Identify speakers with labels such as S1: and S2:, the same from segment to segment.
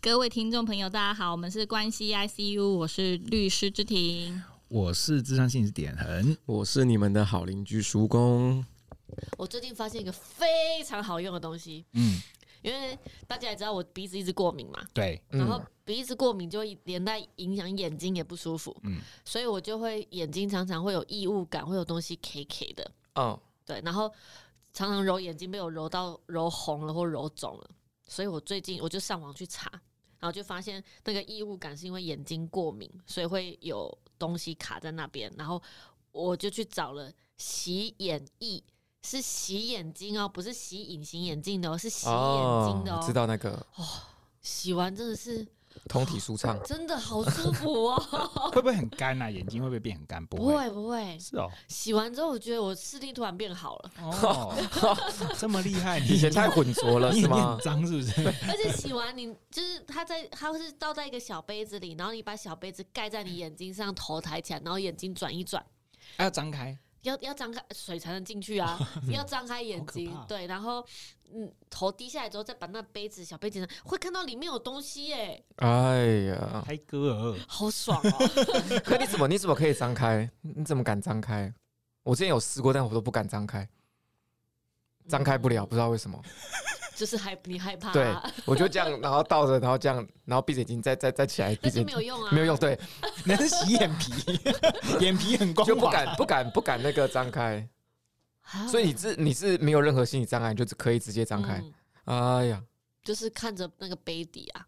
S1: 各位听众朋友，大家好，我们是关系 ICU，我是律师之庭。
S2: 我是智商性是点恒，
S3: 我是你们的好邻居叔公，
S4: 我最近发现一个非常好用的东西，
S2: 嗯，
S4: 因为大家也知道我鼻子一直过敏嘛，
S2: 对，
S3: 嗯
S4: 然后鼻子过敏就连带影响眼睛也不舒服，
S2: 嗯
S4: 所以我就会眼睛常常会有异物感，会有东西 K K 的，
S3: 哦，
S4: 对，然后常常揉眼睛被我揉到揉红了或揉肿了，所以我最近我就上网去查，然后就发现那个异物感是因为眼睛过敏，所以会有东西卡在那边，然后我就去找了洗眼液。是洗眼睛哦，不是洗隐形眼镜的哦，是洗眼睛的哦。
S3: 我知道那个
S4: 洗完真的是
S3: 通体舒畅，
S4: 真的好舒服哦，
S2: 会不会很干啊？眼睛会不会变很干？不
S4: 不
S2: 会，
S4: 会不会，
S2: 是哦，
S4: 洗完之后我觉得我视力突然变好了，
S2: 哦， 这么厉害，你
S3: 以前太浑浊了
S2: 你
S3: 是
S2: 眼睛
S3: 吗
S2: 很？脏是不是？
S4: 而且洗完你就是它在它是倒在一个小杯子里，然后你把小杯子盖在你眼睛上，头抬起来，然后眼睛转一转，
S2: 还要张开，
S4: 要要张开水才能进去 啊，要张开眼睛
S2: 好可怕，
S4: 对，然后嗯头低下来之后再把那杯子小杯子会看到里面有东西耶，
S3: 哎呀，
S2: 开歌儿，
S4: 好爽 哦，
S3: 可你怎么你怎么可以张开？你怎么敢张开？我之前有试过，但我都不敢张开，张开不了，
S4: 嗯
S3: 不知道为什么。
S4: 啊就是害你害怕、
S3: 对
S4: 啊，，
S3: 我就这样，然后倒着，然后这样，然后闭着眼睛，再再再起来，闭
S4: 但
S3: 着
S4: 是
S3: 眼
S4: 没
S3: 睛
S4: 有用啊，
S3: 没有用，对，
S2: 那是洗眼皮， 眼皮很光
S3: 就不
S2: 滑，
S3: 敢不敢不敢那个张开，
S4: 啊，
S3: 所以你自你是没有任何心理障碍，你就只可以直接张开。
S4: 嗯
S3: 哎呀，
S4: 就是看着那个杯底啊。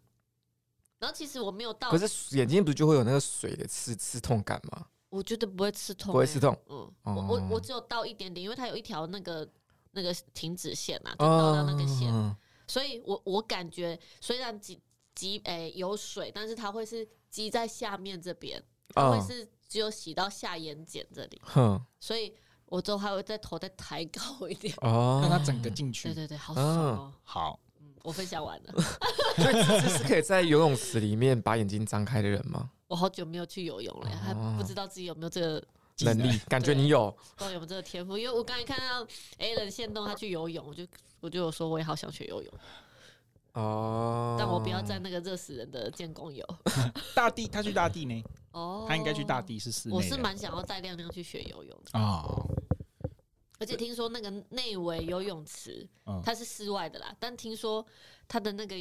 S4: 然后其实我没有到，
S3: 可是眼睛不就会有那个水的刺刺痛感吗？
S4: 我觉得不会刺痛、
S3: 不会刺。痛
S4: 嗯，
S3: 哦
S4: 我我我只有到一点点，因为它有一条那个那个停止线啊，就到到那个线，
S3: 哦
S4: 所以我我感觉虽然积积诶有水，但是它会是积在下面这边，它会
S3: 哦
S4: 是只有洗到下眼睑这里，
S3: 哼
S4: 所以我之后还会再头再抬高一点。
S3: 哦，
S2: 让它整个进
S4: 对
S2: 去。
S4: 对对，好爽哦！
S2: 好，
S4: 嗯，我分享完了，
S3: 哦这是可以在游泳池里面把眼睛张开的人 吗？
S4: 我好久没有去游泳
S3: 哦
S4: 了，还不知道自己有没有这个
S2: 记得
S3: 能力感觉你有，
S4: 到底有没有这个天赋？因为我刚才看到 A 人现动他去游泳，我就我就有说我也好想学游泳，
S3: 哦，
S4: 但我不要在那个热死人的建工游。
S2: 大地，他去大地呢，
S4: 哦，
S2: 他应该去大。地是室内的。
S4: 我是蛮想要带亮亮去学游泳的，
S2: 哦，
S4: 而且听说那个内围游泳池
S2: 嗯
S4: 它是室外的啦，但听说它的那个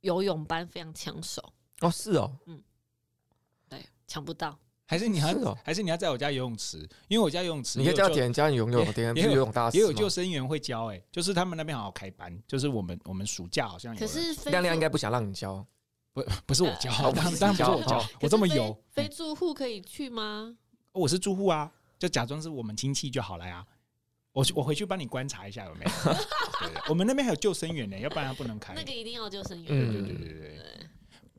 S4: 游泳班非常抢手，
S3: 哦，是哦，
S4: 对，抢不到。
S2: 还是你要
S3: 是哦
S2: 还是你要在我家游泳池，因为我家游泳池
S3: 你
S2: 也
S3: 可以
S2: 有
S3: 叫
S2: 救
S3: 点教你游泳，点不是游泳大师
S2: 也有
S3: 吗
S2: 救生员会教，哎，就是他们那边好好开班，就是我们我们暑假好像有
S4: 可
S2: 人，
S4: 是非
S3: 亮亮应该不想让你教，
S2: 不不是我教，
S3: 呃
S2: 当然当然不是我
S3: 哦
S2: 教
S3: 可，
S2: 我这么嗯
S4: 可是非
S2: 油，
S4: 非住户可以去吗？
S2: 我是住户啊，就假装是我们亲戚就好了呀。我去，我回去帮你观察一下有 没有。对对我们那边还有救生员呢，要不然他不能开。
S4: 那个一定要救
S3: 嗯
S4: 生
S2: 对
S4: 员。
S2: 对对对对对。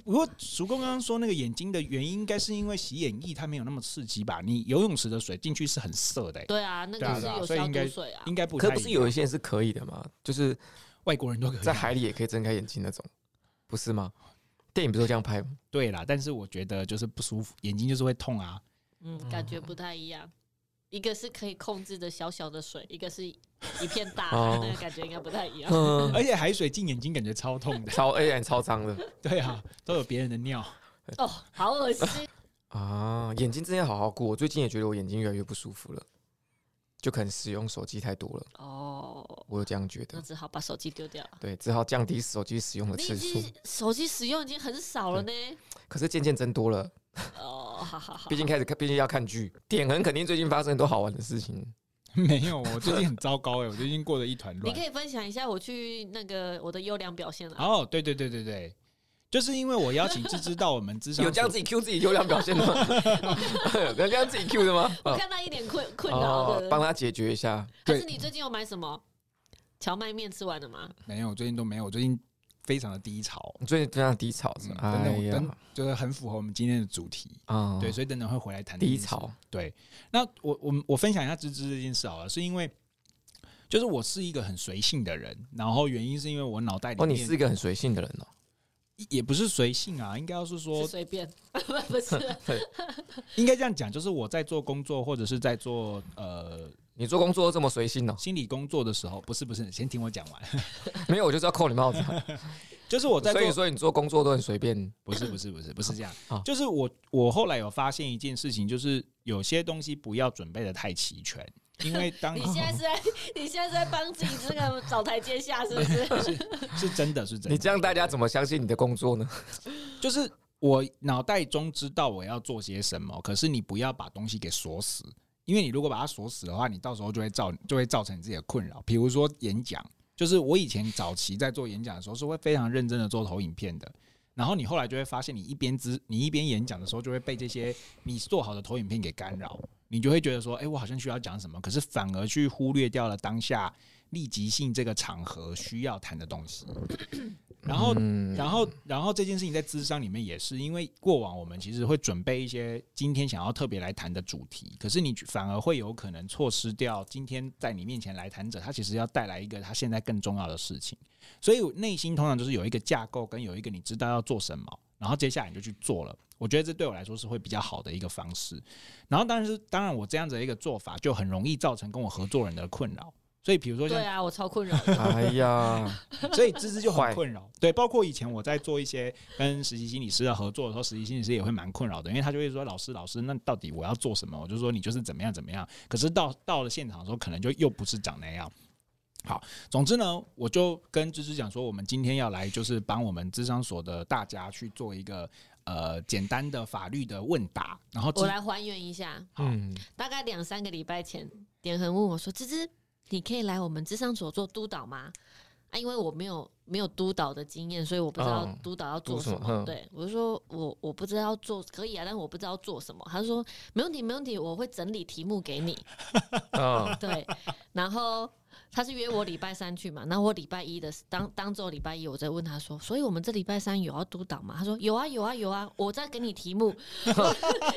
S2: 不过，叔公刚刚说那个眼睛的原因，应该是因为洗眼液它没有那么刺激吧？你游泳池的水进去是很涩的、欸，
S4: 对啊，那
S2: 对啊
S4: 个是
S2: 对啊
S4: 有
S2: 所以
S4: 消
S2: 应该
S4: 毒水啊。
S2: 应该不太
S3: 可
S2: 一样。啊
S3: 不是有一些人是可以的吗？就是
S2: 外国人都可以
S3: 在海里也可以睁开眼睛那种，不是吗？电影不是都这样拍吗？
S2: 对啦，但是我觉得就是不舒服，眼睛就是会痛啊。
S4: 嗯，感觉不太一样。一个是可以控制的小小的水，一个是一片大海，
S3: 哦
S4: 那个感觉应该不太一样。
S3: 嗯，
S2: 而且海水进眼睛感觉超痛的。
S3: 超 A N 超脏的
S2: 对啊，都有别人的尿。
S4: 哦，好恶 心！
S3: 啊，眼睛真的要好好顾。我最近也觉得我眼睛越来越不舒服了，就可能使用手机太多了，
S4: 哦，
S3: 我有这样觉
S4: 那
S3: 得。
S4: 只好把手机丢掉。
S3: 对，只好降低手机使用的
S4: 你
S3: 次
S4: 已
S3: 数，
S4: 经手机使用已经很少了呢。
S3: 可是渐渐增多了。
S4: 哦，好好好
S3: 毕，竟开始看，毕竟要看剧，点很肯定最近发生很多好玩的事情。
S2: 没有，我最近很糟糕哎、我最近过得一团
S4: 你
S2: 乱
S4: 可。以分享一下我去那个我的优良表现啊。
S2: 哦，对对对对对，就是因为我邀请芝芝到我们 智商
S3: 有这样
S2: 所
S3: 自己 Q 自己优良表 现的吗？有这样自己 Q 的吗？
S4: 我
S3: 哦
S4: 看他一脸困困扰
S3: 哦，帮
S4: 的，
S3: 他解决一下。
S4: 但是你最近有买什么？荞麦面吃完了吗？
S2: 没有，最近都没有，我最近非常的低潮，
S3: 你最近非常低潮是
S2: 嗯
S3: 吧？
S2: 等
S3: 哎
S2: 等我等
S3: 呀，
S2: 就是很符合我们今天的主题，
S3: 啊
S2: 对，所以等等会回来谈这
S3: 低
S2: 件事
S3: 潮，
S2: 对，那我我我分享一下芝芝这件事好了，是因为就是我是一个很随性的人，然后原因是因为我脑袋里
S3: 哦，
S2: 面、
S3: 你是一个很随性的人哦。
S2: 也不是随性啊，应该要是
S4: 是
S2: 说
S4: 随便， 不 是
S2: 应该这样讲，就是我在做工作或者是在做呃
S3: 你做工作都这 么随性哦？
S2: 心理工作的时候，不是不是，先听我讲完，
S3: 没有，我就是要扣你帽子。啊
S2: 就是我在
S3: 所
S2: 做
S3: 以说你做工作都很随便，
S2: 不是不是不是不是这样
S3: 啊，
S2: 就是我我后来有发现一件事情，就是有些东西不要准备的太齐全，因为当
S4: 你现在是在你现在是在帮自己这个找台阶下，是不 是？
S2: 是真的是真的，
S3: 你这样大家怎么相信你的工作呢？
S2: 就是我脑袋中知道我要做些什么，可是你不要把东西给锁死，因为你如果把它锁死的话，你到时候就会造就会造成你自己的困扰。比如说演讲，就是我以前早期在做演讲的时候是会非常认真的做投影片的。然后你后来就会发现，你一边知你一边演讲的时候，就会被这些你做好的投影片给干扰，你就会觉得说，哎，我好像需要讲什么，可是反而去忽略掉了当下立即性这个场合需要谈的东西。然后
S3: 嗯，
S2: 然后，然后这件事情在智商里面也是，因为过往我们其实会准备一些今天想要特别来谈的主题，可是你反而会有可能错失掉今天在你面前来谈者，他其实要带来一个他现在更重要的事情。所以内心通常就是有一个架构，跟有一个你知道要做什么，然后接下来你就去做了。我觉得这对我来说是会比较好的一个方式。然后，但是当然，我这样子的一个做法就很容易造成跟我合作人的困扰。所以，比如说像
S4: 对啊，我超困扰的。
S3: 哎呀，
S2: 所以芝芝就很
S3: 坏
S2: 困扰。对，包括以前我在做一些跟实习心理师的合作的时候，实习心理师也会蛮困扰的，因为他就会说：“老师，老师，那到底我要做什么？”我就说：“你就是怎么样怎么样。”可是到到了现场的时候，可能就又不是长那样。好，总之呢，我就跟芝芝讲说，我们今天要来就是帮我们智商所的大家去做一个呃简单的法律的问答，然后芝
S4: 我来还原一下，
S3: 嗯，
S4: 大概两三个礼拜前，点恒问我说：“芝芝，你可以来我们智商所做督导吗？”啊，因为我没有没有督导的经验，所以我不知道
S3: 嗯
S4: 督导要做
S3: 督
S4: 什
S3: 什
S4: 么。
S3: 么嗯
S4: 对，我就说我我不知道要做可以啊，但是我不知道做什么。他就说没问题，没问题，我会整理题目给你。
S3: 嗯，
S4: 对，然后他是约我礼拜三去嘛，那我礼拜一的当当周礼拜一，我在问他说，所以我们这礼拜三有要督导吗？他说有啊有啊有啊，我在给你题目，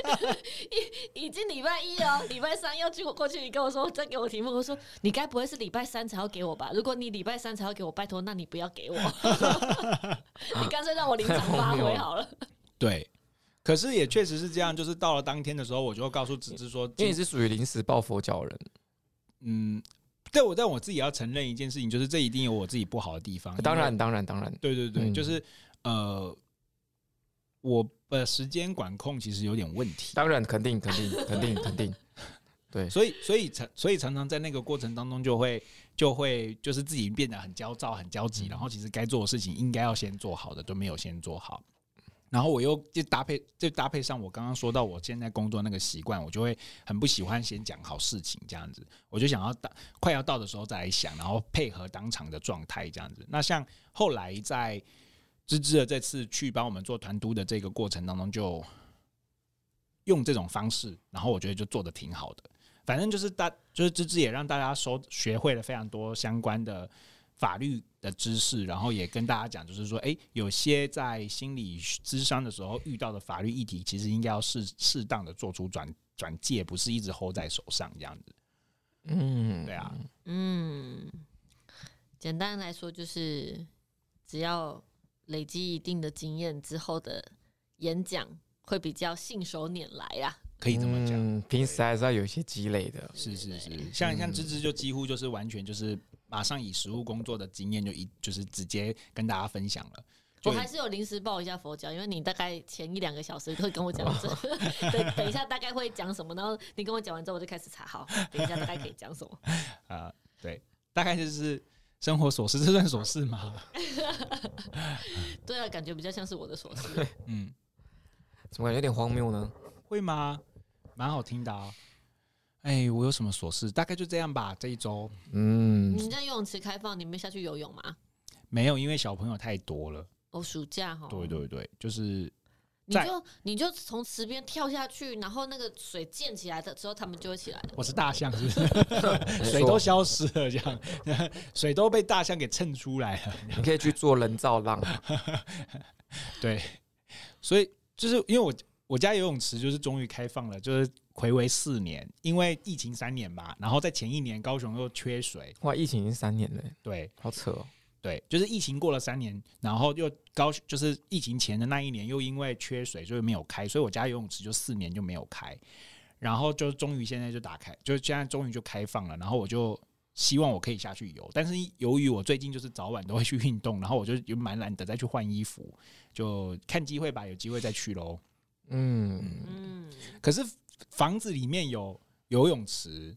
S4: 已已经礼拜一了哦，礼拜三要去过去，你跟我说再给我题目，我说你该不会是礼拜三才要给我吧？如果你礼拜三才要给我，拜托那你不要给我， 你干脆让我临场发挥好了。
S2: 对。可是也确实是这样，就是到了当天的时候，我就告诉芝芝说，
S3: 因
S2: 今
S3: 为你是属于临时抱佛脚人，
S2: 嗯，但我但我自己要承认一件事情，就是这一定有我自己不好的地方。
S3: 当
S2: 因
S3: 然，
S2: 为，
S3: 当然，当然，
S2: 对对对，
S3: 嗯
S2: 就是呃，我呃时间管控其实有点问题，
S3: 当然，肯定，肯 定，肯定，肯定，对，
S2: 所以所以常所以常常在那个过程当中就会就会就是自己变得很焦躁、很焦急，
S3: 嗯
S2: 然后其实该做的事情应该要先做好的都没有先做好。然后我又就搭配，就搭配上我刚刚说到我现在工作那个习惯，我就会很不喜欢先讲好事情这样子，我就想要到快要到的时候再来想，然后配合当场的状态这样子。那像后来在芝芝的这次去帮我们做团督的这个过程当中，就用这种方式，然后我觉得就做的挺好的。反正就是大，就是芝芝也让大家收学会了非常多相关的法律的知识，然后也跟大家讲，就是说，诶，有些在心理咨商的时候遇到的法律议题，其实应该要适适当的做出转转介，不是一直 hold 在手上这样子。
S3: 嗯，
S2: 对啊，
S4: 嗯，简单来说就是，只要累积一定的经验之后的演讲会比较信手拈来啊啦。
S2: 可以这么讲。
S3: 嗯，平时还是要有一些积累的，
S2: 是是
S4: 嗯
S2: 是，像像芝芝就几乎就是完全就是马上以实务工作的经验就一就是直接跟大家分享了。就
S4: 我还是有临时报一下佛教，因为你大概前一两个小时会跟我讲 这，等等一下大概会讲什么，然后你跟我讲完之后我就开始 查，好，等一下大概可以讲什么。
S2: 啊，对，大概就是生活琐事，这算琐事吗？
S4: 对啊，感觉比较像是我的琐事。
S2: 嗯，
S3: 怎么感觉有点荒谬呢？
S2: 会吗？蛮好听的啊。哎、我有什么琐事？大概就这样吧。这一周
S3: 嗯
S4: 你，在游泳池开放，你们下去游泳吗？
S2: 没有，因为小朋友太多了。
S4: 哦，暑假哈，
S2: 对对对，就是
S4: 你
S2: 在
S4: 就你就从池边跳下去，然后那个水溅起来的时候，他们就会起来了。
S2: 我是大象，是不 是？水都消失了，这样 水都被大象给蹭出来了。
S3: 你可以去做人造浪，
S2: 对，所以就是因为我我家游泳池就是终于开放了，就是暌违四年，因为疫情三年嘛，然后在前一年高雄又缺水，
S3: 哇，疫情已经三年了，
S2: 对，
S3: 好扯哦，
S2: 对，就是疫情过了三年，然后又高，就是疫情前的那一年又因为缺水，所以没有开，所以我家游泳池就四年就没有开，然后就终于现在就打开，就现在终于就开放了，然后我就希望我可以下去游，但是由于我最近就是早晚都会去运动，然后我就也蛮懒得再去换衣服，就看机会吧，有机会再去喽。
S3: 嗯，
S4: 嗯，
S2: 可是房子里面有游泳池，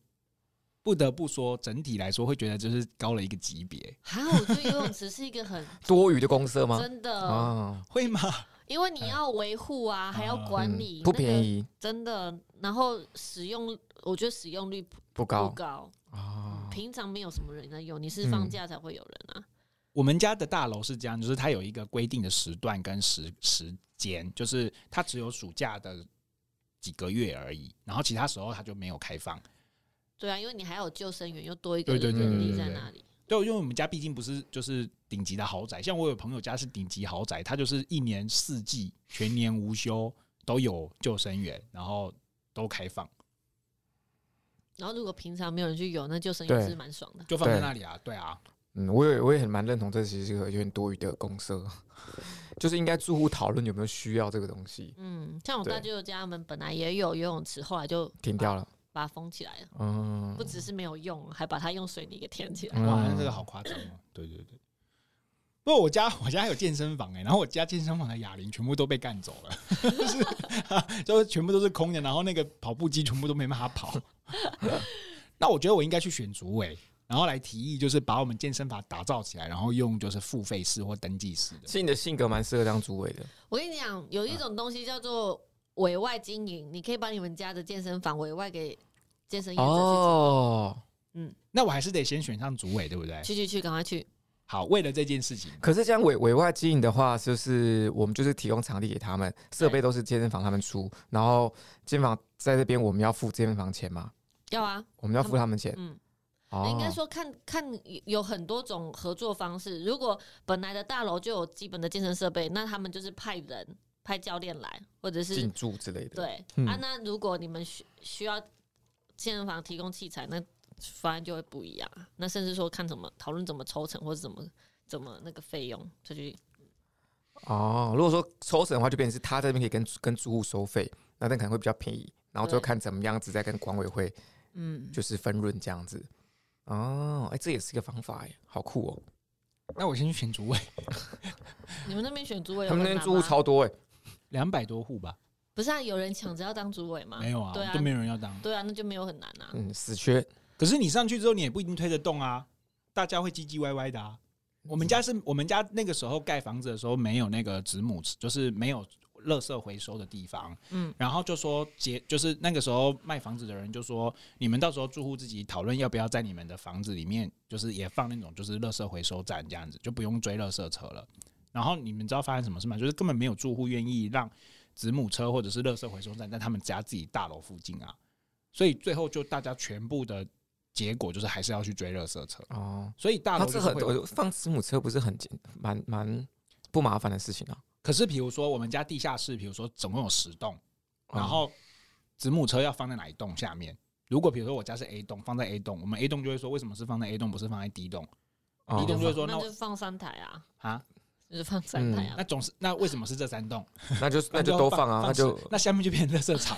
S2: 不得不说，整体来说会觉得就是高了一个级别，
S4: 还有我觉得游泳池是一个很
S3: 多余的公社 吗？
S4: 真的，
S3: 啊，
S2: 会吗？
S4: 因为你要维护啊，还要管理
S3: 嗯，不
S4: 那
S3: 便
S4: 个
S3: 宜，
S4: 真的，然后使用，我觉得使用率不
S3: 不
S4: 不
S3: 高
S4: 高，
S3: 啊。
S4: 平常没有什么人在用，你是放
S3: 嗯
S4: 假才会有人啊。
S2: 我们家的大楼是这样，就是它有一个规定的时段跟时时间，就是它只有暑假的几个月而已，然后其他时候它就没有开放。
S4: 对啊，因为你还有救生员，又多一个
S2: 对对
S3: 对对
S4: 人力
S3: 对
S4: 在
S2: 对
S4: 那里。
S2: 对，因为我们家毕竟不是就是顶级的豪宅，像我有朋友家是顶级豪宅，他就是一年四季全年无休都有救生员，然后都开放，
S4: 然后如果平常没有人去游，那救生员
S3: 对
S4: 是蛮爽的。
S2: 就放在
S3: 对
S2: 那里啊。对啊，
S3: 嗯，我也我也很蛮认同，这其实是一个有点多余的公社， 就是应该住户讨论有没有需要这个东西，
S4: 嗯，像我
S3: 对
S4: 大舅舅家，他们本来也有游泳池，后来就
S3: 停掉了。
S4: 把它封起来了，
S3: 嗯
S4: 啊不，只是没有用，还把它用水泥给填起来。
S3: 嗯
S2: 哇，那这个好夸张哦！对对对。不过我家我家有健身房哎、然后我家健身房的哑铃全部都被干走了， 就是就是全部都是空的，然后那个跑步机全部都没办法跑。 那我觉得我应该去选组委，然后来提议，就是把我们健身房打造起来，然后用就是付费式或登记式的。
S3: 其实你的性格蛮适合当主委的，
S4: 我跟你讲，有一种东西叫做委外经营，你可以把你们家的健身房委外给健身业者去做。
S3: 哦，
S2: 那我还是得先选上组委，对不对？
S4: 去去去，赶快去！
S2: 好，为了这件事情，
S3: 可是这样委委外经营的话，就是我们就是提供场地给他们，设备都是健身房他们出，然后健身房在这边我们要付健身房钱嘛，
S4: 要啊，
S3: 我们要付他们钱。
S4: 嗯，
S3: 哦，
S4: 应该说看看有很多种合作方式。如果本来的大楼就有基本的健身设备，那他们就是派人、派教练来，或者是
S3: 进驻之类的。，
S4: 对、
S3: 嗯
S4: 啊。那如果你们需需要健身房提供器材，那方案就会不一样啊。那甚至说看怎么讨论怎么抽成，或者怎么怎么那个费用，这就去
S3: 哦，如果说抽成的话，就变成是他这边可以跟跟住户收费，那那可能会比较便宜，然后就
S4: 对
S3: 看怎么样子再跟管委会
S4: 嗯，
S3: 就是分润这样子。哦，哎、这也是一个方法耶，好酷哦！
S2: 那我先去选组委，
S4: 你们那边选主委有
S3: 他们那
S4: 很
S3: 边
S4: 难
S3: 住户
S4: 吗
S3: 超多哎，
S2: 两百多户吧？
S4: 不是啊？有人抢着要当主委吗？
S2: 没有啊
S4: 对，啊
S2: 都，没有人要当。
S4: 对啊，那就没有很难啊。
S3: 嗯，死缺。
S2: 可是你上去之后，你也不一定推得动啊，大家会唧唧歪歪的啊。我们家是我们家那个时候盖房子的时候没有那个子母池，就是没有垃圾回收的地方，
S4: 嗯，
S2: 然后就说结，就是那个时候卖房子的人就说，你们到时候住户自己讨论要不要在你们的房子里面，就是也放那种就是垃圾回收站这样子，就不用追垃圾车了。然后你们知道发生什么事吗？就是根本没有住户愿意让子母车或者是垃圾回收站在他们家自己大楼附近啊，所以最后就大家全部的结果就是还是要去追垃圾车，
S3: 哦，
S2: 所以大
S3: 他
S2: 楼就
S3: 这
S2: 是
S3: 很
S2: 会有
S3: 多放子母车不是很简，蛮蛮不麻烦的事情啊。
S2: 可是比如说我们家地下室，比如说总共有十栋，
S3: 哦
S2: 然后子母车要放在哪一栋下面？如果比如说我家是 A 栋，放在 A 栋，我们 A 栋就会说为什么是放在 A 栋，不是放在 D 栋
S3: 哦
S2: 移动就会说那
S4: 那
S2: 我
S4: 就放三台啊，
S2: 啊？
S4: 就是放三台啊
S3: 嗯
S2: 那。总是那为什么是这三栋？
S3: 那就那就都放啊，那就
S2: 十那下面就变成垃圾场，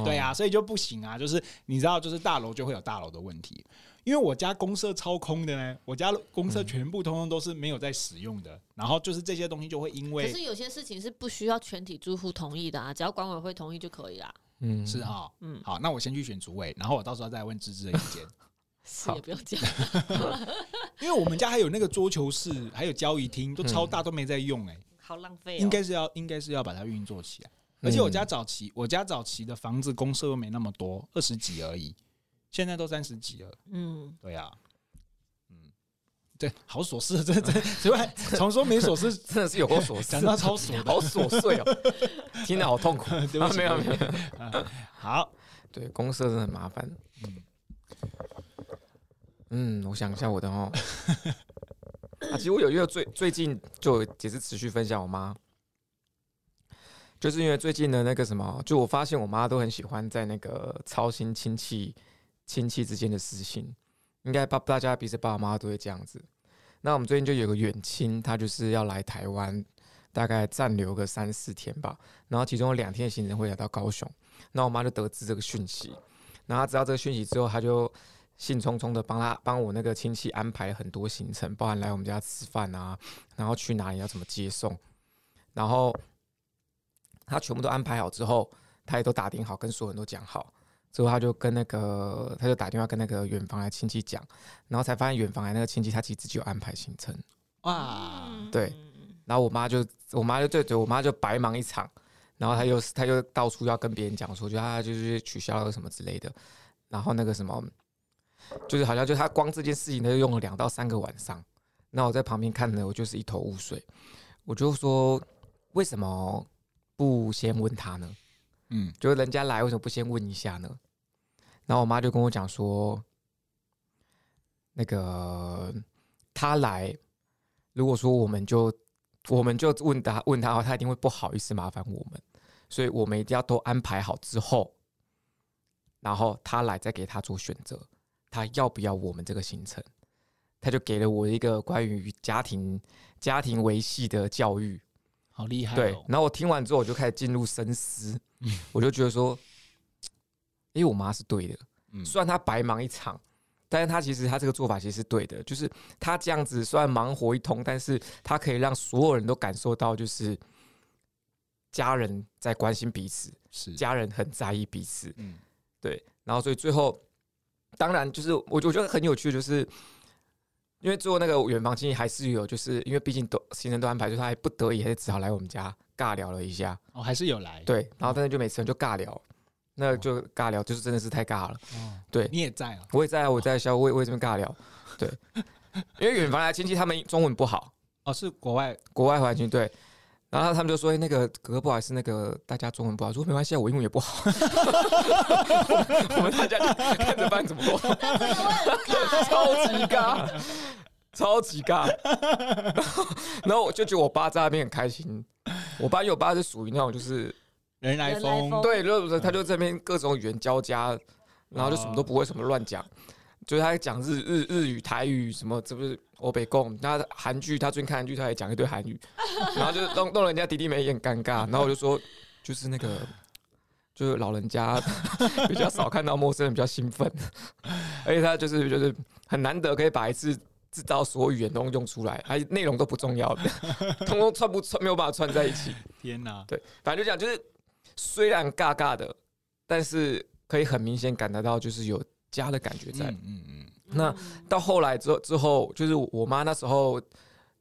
S2: 对，啊，所以就不行啊。就是你知道，就是大楼就会有大楼的问题，因为我家公社超空的呢，我家公
S3: 嗯
S2: 社全部通通都是没有在使用的，然后就是这些东西就会因
S4: 可
S2: 为
S4: 是有些事情是不需要全体住户同意的啊，只要管委会同意就可以啦。
S3: 嗯
S2: 是哈，
S4: 嗯，
S2: 好，那我先去选主委，然后我到时候再问芝芝的意见。
S4: 是也不用 讲。
S2: 因为我们家还有那个桌球室，还有交易厅，都
S3: 嗯
S2: 超大，都没在用哎、
S4: 好浪费、哦。
S2: 应该是要应该是要把它运作起来。而且我
S3: 嗯
S2: 家早期，我家早期的房子公社又没那么多，二十几而已，现在都三十几了。
S4: 嗯，
S2: 对啊，嗯，对，好琐事，啊这这此外，常说没琐事，
S3: 真的是有够琐碎
S2: 讲，到超琐的，
S3: 好琐碎哦，听得好痛苦。
S2: 对不起，
S3: 没有
S2: 对不起。啊好，
S3: 对，公社真的很麻烦。嗯，我想一下我的哦。 啊，其实我有一个最最近就也是持续分享我妈，就是因为最近的那个什么，就我发现我妈都很喜欢在那个操心亲戚亲戚之间的事情，应该爸大家彼此爸妈都会这样子。那我们最近就有个远亲，他就是要来台湾，大概暂留个三四天吧，然后其中有两天的行程会来到高雄。那我妈就得知这个讯息，然后她知道这个讯息之后，她就兴冲冲的帮他帮我那个亲戚安排了很多行程，包含来我们家吃饭啊，然后去哪里要怎么接送，然后他全部都安排好之后，他也都打听好，跟所有人都讲好。之后他就跟那个，他就打电话跟那个远房来亲戚讲，然后才发现远房来那个亲戚他其实自己有安排行程，
S2: 哇，
S4: 嗯
S3: 对，然后我妈就，我妈就对对，我妈就白忙一场，然后她又她又到处要跟别人讲说，就她就是取消了什么之类的，然后那个什么，就是好像就她光这件事情，她就用了两到三个晚上。那我在旁边看呢，我就是一头雾水，我就说为什么不先问她呢？
S2: 嗯，
S3: 就是人家来为什么不先问一下呢？然后我妈就跟我讲说，那个他来，如果说我们就我们就问他问他，他一定会不好意思麻烦我们，所以我们一定要都安排好之后，然后他来再给他做选择，他要不要我们这个行程？他就给了我一个关于家庭家庭维系的教育，
S2: 好厉害、哦，
S3: 对，然后我听完之后，我就开始进入深思，我就觉得说，因为我妈是对的，
S2: 嗯
S3: 虽然她白忙一场，但是她其实她这个做法其实是对的，就是她这样子虽然忙活一通，但是她可以让所有人都感受到，就是家人在关心彼此，
S2: 是，
S3: 家人很在意彼此，
S2: 嗯
S3: 对，然后所以最后，当然就是我我觉得很有趣，就是因为最后那个远房亲戚还是有，就是因为毕竟都行程都安排，就是他还不得已还是只好来我们家尬聊了一下，
S2: 哦，还是有来，
S3: 对，然后但是就每次就尬聊，那就尬聊就是真的是太尬了，
S2: 哦，
S3: 对
S2: 你也在啊，
S3: 我也在啊我也在笑，我也我也这边尬聊，对，因为远房来亲戚他们中文不好，
S2: 哦，是国外，
S3: 国外环境对。然后他们就说：“哎、那个哥哥不好意思，那个大家中文不好。”我说：“没关系，啊，我英文也不好。 我”们大家就看着办怎么过， 超级尬，超级尬。 然后然后我就觉得我爸在那边很开心。我爸因为我爸是属于那种就是
S2: 人来
S4: 人来
S2: 疯，
S4: 疯
S3: 对，就是他就这边各种语言交加，然后就什么都不会，什么都乱讲。就是他讲日日日语、台语什么，这不是欧北共。那韩剧，他最近看韩剧，他也讲一堆韩语，然后就弄弄人家弟弟妹也很尴尬。然后我就说，就是那个，就是老人家 比较少看到陌生人，比较兴奋，而且他就是就是很难得可以把一次制造所有语言都用出来，还内容都不重要的，通通串不串没有办法串在一起。
S2: 天哪，
S3: 对，反正就讲就是，虽然尬尬的，但是可以很明显感得到，就是有家的感觉在。
S2: 嗯嗯嗯，
S3: 那到后来之后之后，就是我妈那时候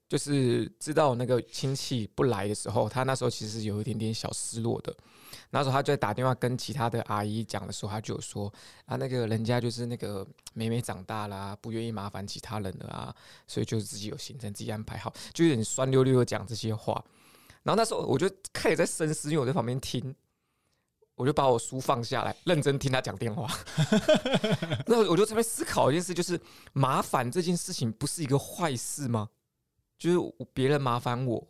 S3: 就是知道我那个亲戚不来的时候，她那时候其实有一点点小失落的。那时候她就在打电话跟其他的阿姨讲的时候，她就有说啊，那个人家就是那个妹妹长大啦、不愿意麻烦其他人了啊，所以就是自己有行程自己安排好，就有点酸溜溜的讲这些话。然后那时候我就开始在深思，因为我在旁边听，我就把我书放下来，认真听她讲 电话。那我就在那边思考一件事，就是麻烦这件事情不是一个坏事吗？就是我别人麻烦我，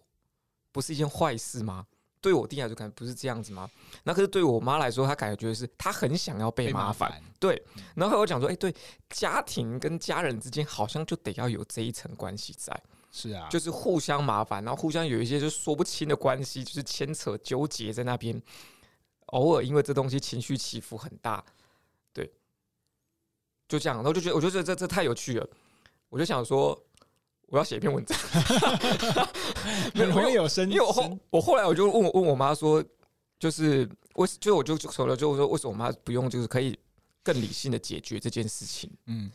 S3: 不是一件坏事吗？对我弟来说，感觉不是这样子吗？那可是对我妈来说，她感觉是她很想要被麻烦。，对，然后我讲说，哎、对，家庭跟家人之间好像就得要有这一层关系在，
S2: 是啊，
S3: 就是互相麻烦，然后互相有一些就是说不清的关系，就是牵扯纠结在那边。偶尔因为这东西情绪起伏很大，对，就这样。然后就觉得，我就觉得这这太有趣了，我就想说，我要写一篇文章。
S2: 很 容易有生，
S3: 因为我后
S2: 生
S3: 我后来我就问我问我妈说，就是为就我就说了，就说为什么我妈不用就是可以更理性的解决这件事情？
S2: 嗯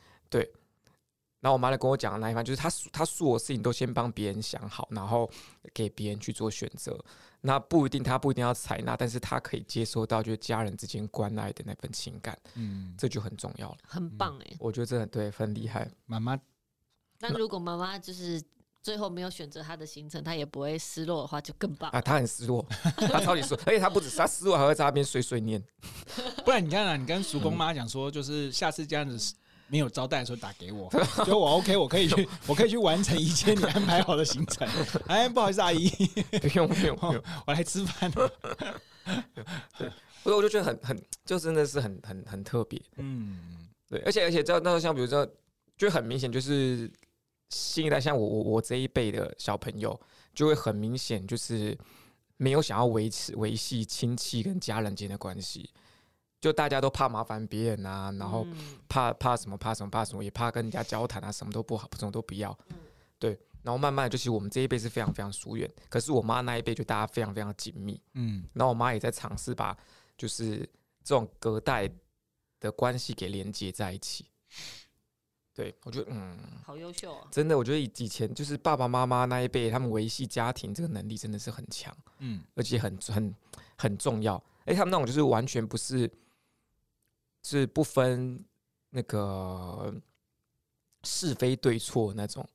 S3: 然后我妈就跟我讲的那一番，就是她她所有事情都先帮别人想好，然后给别人去做选择。那不一定她不一定要采纳，但是她可以接收到就是家人之间关爱的那份情感，
S2: 嗯，
S3: 这就很重要了。
S4: 很棒哎、
S3: 我觉得这很对，很厉害。
S2: 妈妈
S4: 但如果妈妈就是最后没有选择她的行程，她也不会失落的话，就更棒。
S3: 啊，他很失落，他超级失落，而且他不止他失落，还会在那边碎碎念。
S2: 不然你看啊，你跟叔
S3: 嗯
S2: 公妈讲说，就是下次这样子没有招待的时候打给 我，所以我 OK，我可以去，我可以去完成一切你安排好的行程。 哎，不好意思，阿姨，
S3: 不用不用不用，
S2: 我来吃饭了。
S3: 所以我就觉得很很，就真的是很很很特别。
S2: 嗯，
S3: 对，而且而且知道那时候像比如说，就很明显就是新一代，像我我我这一辈的小朋友，就会很明显就是没有想要维持维系亲戚跟家人间的关系，就大家都怕麻烦别人啊，然后
S4: 嗯
S3: 怕怕什么怕什么怕什么，也怕跟人家交谈啊，什么都不好，什么都不要。对，然后慢慢的，就其实我们这一辈是非常非常疏远，可是我妈那一辈就大家非常非常紧密。
S2: 嗯
S3: 然后我妈也在尝试把就是这种隔代的关系给连接在一起。对，我觉得嗯，
S4: 好优秀哦，
S3: 真的，我觉得以以前就是爸爸妈妈那一辈，他们维系家庭这个能力真的是很强。
S2: 嗯
S3: 而且很很很重要。哎、他们那种就是完全不是是不分那个是非对错那种。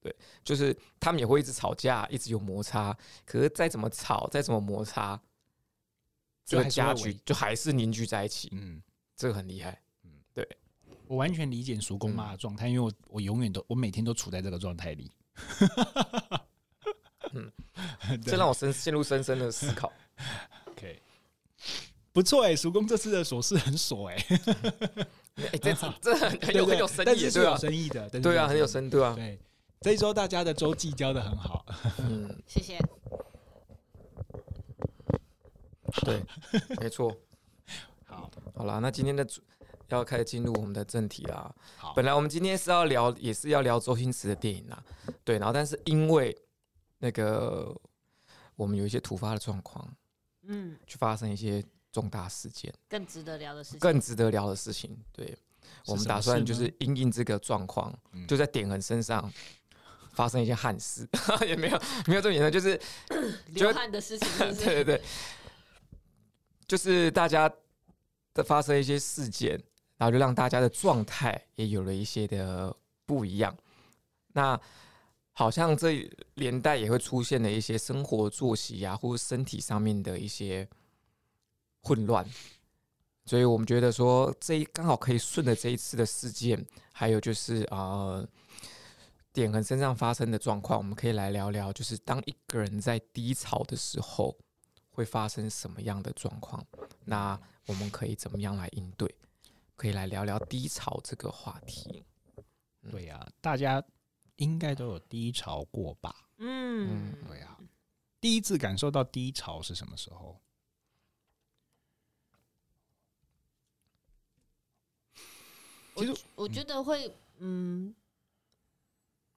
S3: 对，就是他们也会一直吵架，一直有摩擦。可是再怎么吵，再怎么摩擦，这
S2: 就
S3: 个
S2: 还是会
S3: 家
S2: 维
S3: 局就还是凝聚在一起，
S2: 嗯，
S3: 这个很厉害。
S2: 我完全理解叔公妈的状态，因为我我永远都我每天都处在这个状态里。
S3: 嗯
S2: 对，
S3: 这让我深陷入深深的 思考。
S2: OK，不错哎、叔公这次的琐事很琐哎、
S3: 哎、这这这很很
S2: 对
S3: 有
S2: 不
S3: 很
S2: 对
S3: 有深
S2: 但
S3: 意，欸
S2: 是是
S3: 对
S2: 有
S3: 吧？
S2: 深意的，但是
S3: 对啊，
S2: 是
S3: 很有深，对啊
S2: 意。对，这一周大家的周记教的很好，
S3: 嗯，
S4: 谢谢。
S3: 对，没错。
S2: 好
S3: 好啦，那今天的主要开始进入我们的正题啦。
S2: 好，
S3: 本来我们今天是要聊，也是要聊周星驰的电影啦，对。然后，但是因为那个我们有一些突发的状况，
S4: 嗯，
S3: 去发生一些重大事件，
S4: 更值得聊的事情，
S3: 更值得聊的事情。对，我们
S2: 什么
S3: 打算
S2: 事
S3: 就
S2: 呢
S3: 是因应这个状况，
S2: 嗯
S3: 就在点恒身上发生一些憾事， 也没有没有这么严重，就是
S4: 流汗的事情，是不是？
S3: 对对对，就是大家的发生一些事件，然后就让大家的状态也有了一些的不一样。那好像这连带也会出现了一些生活作息啊，或者身体上面的一些混乱。所以我们觉得说，这一刚好可以顺着这一次的事件，还有就是啊、呃点恒身上发生的状况，我们可以来聊聊，就是当一个人在低潮的时候，会发生什么样的状况？那我们可以怎么样来应对？可以来聊聊低潮这个话题。嗯
S2: 对呀、大家应该都有低潮过吧？
S4: 嗯，
S2: 对呀、第一次感受到低潮是什么时候？
S4: 我
S2: 其实
S4: 我觉得会，嗯，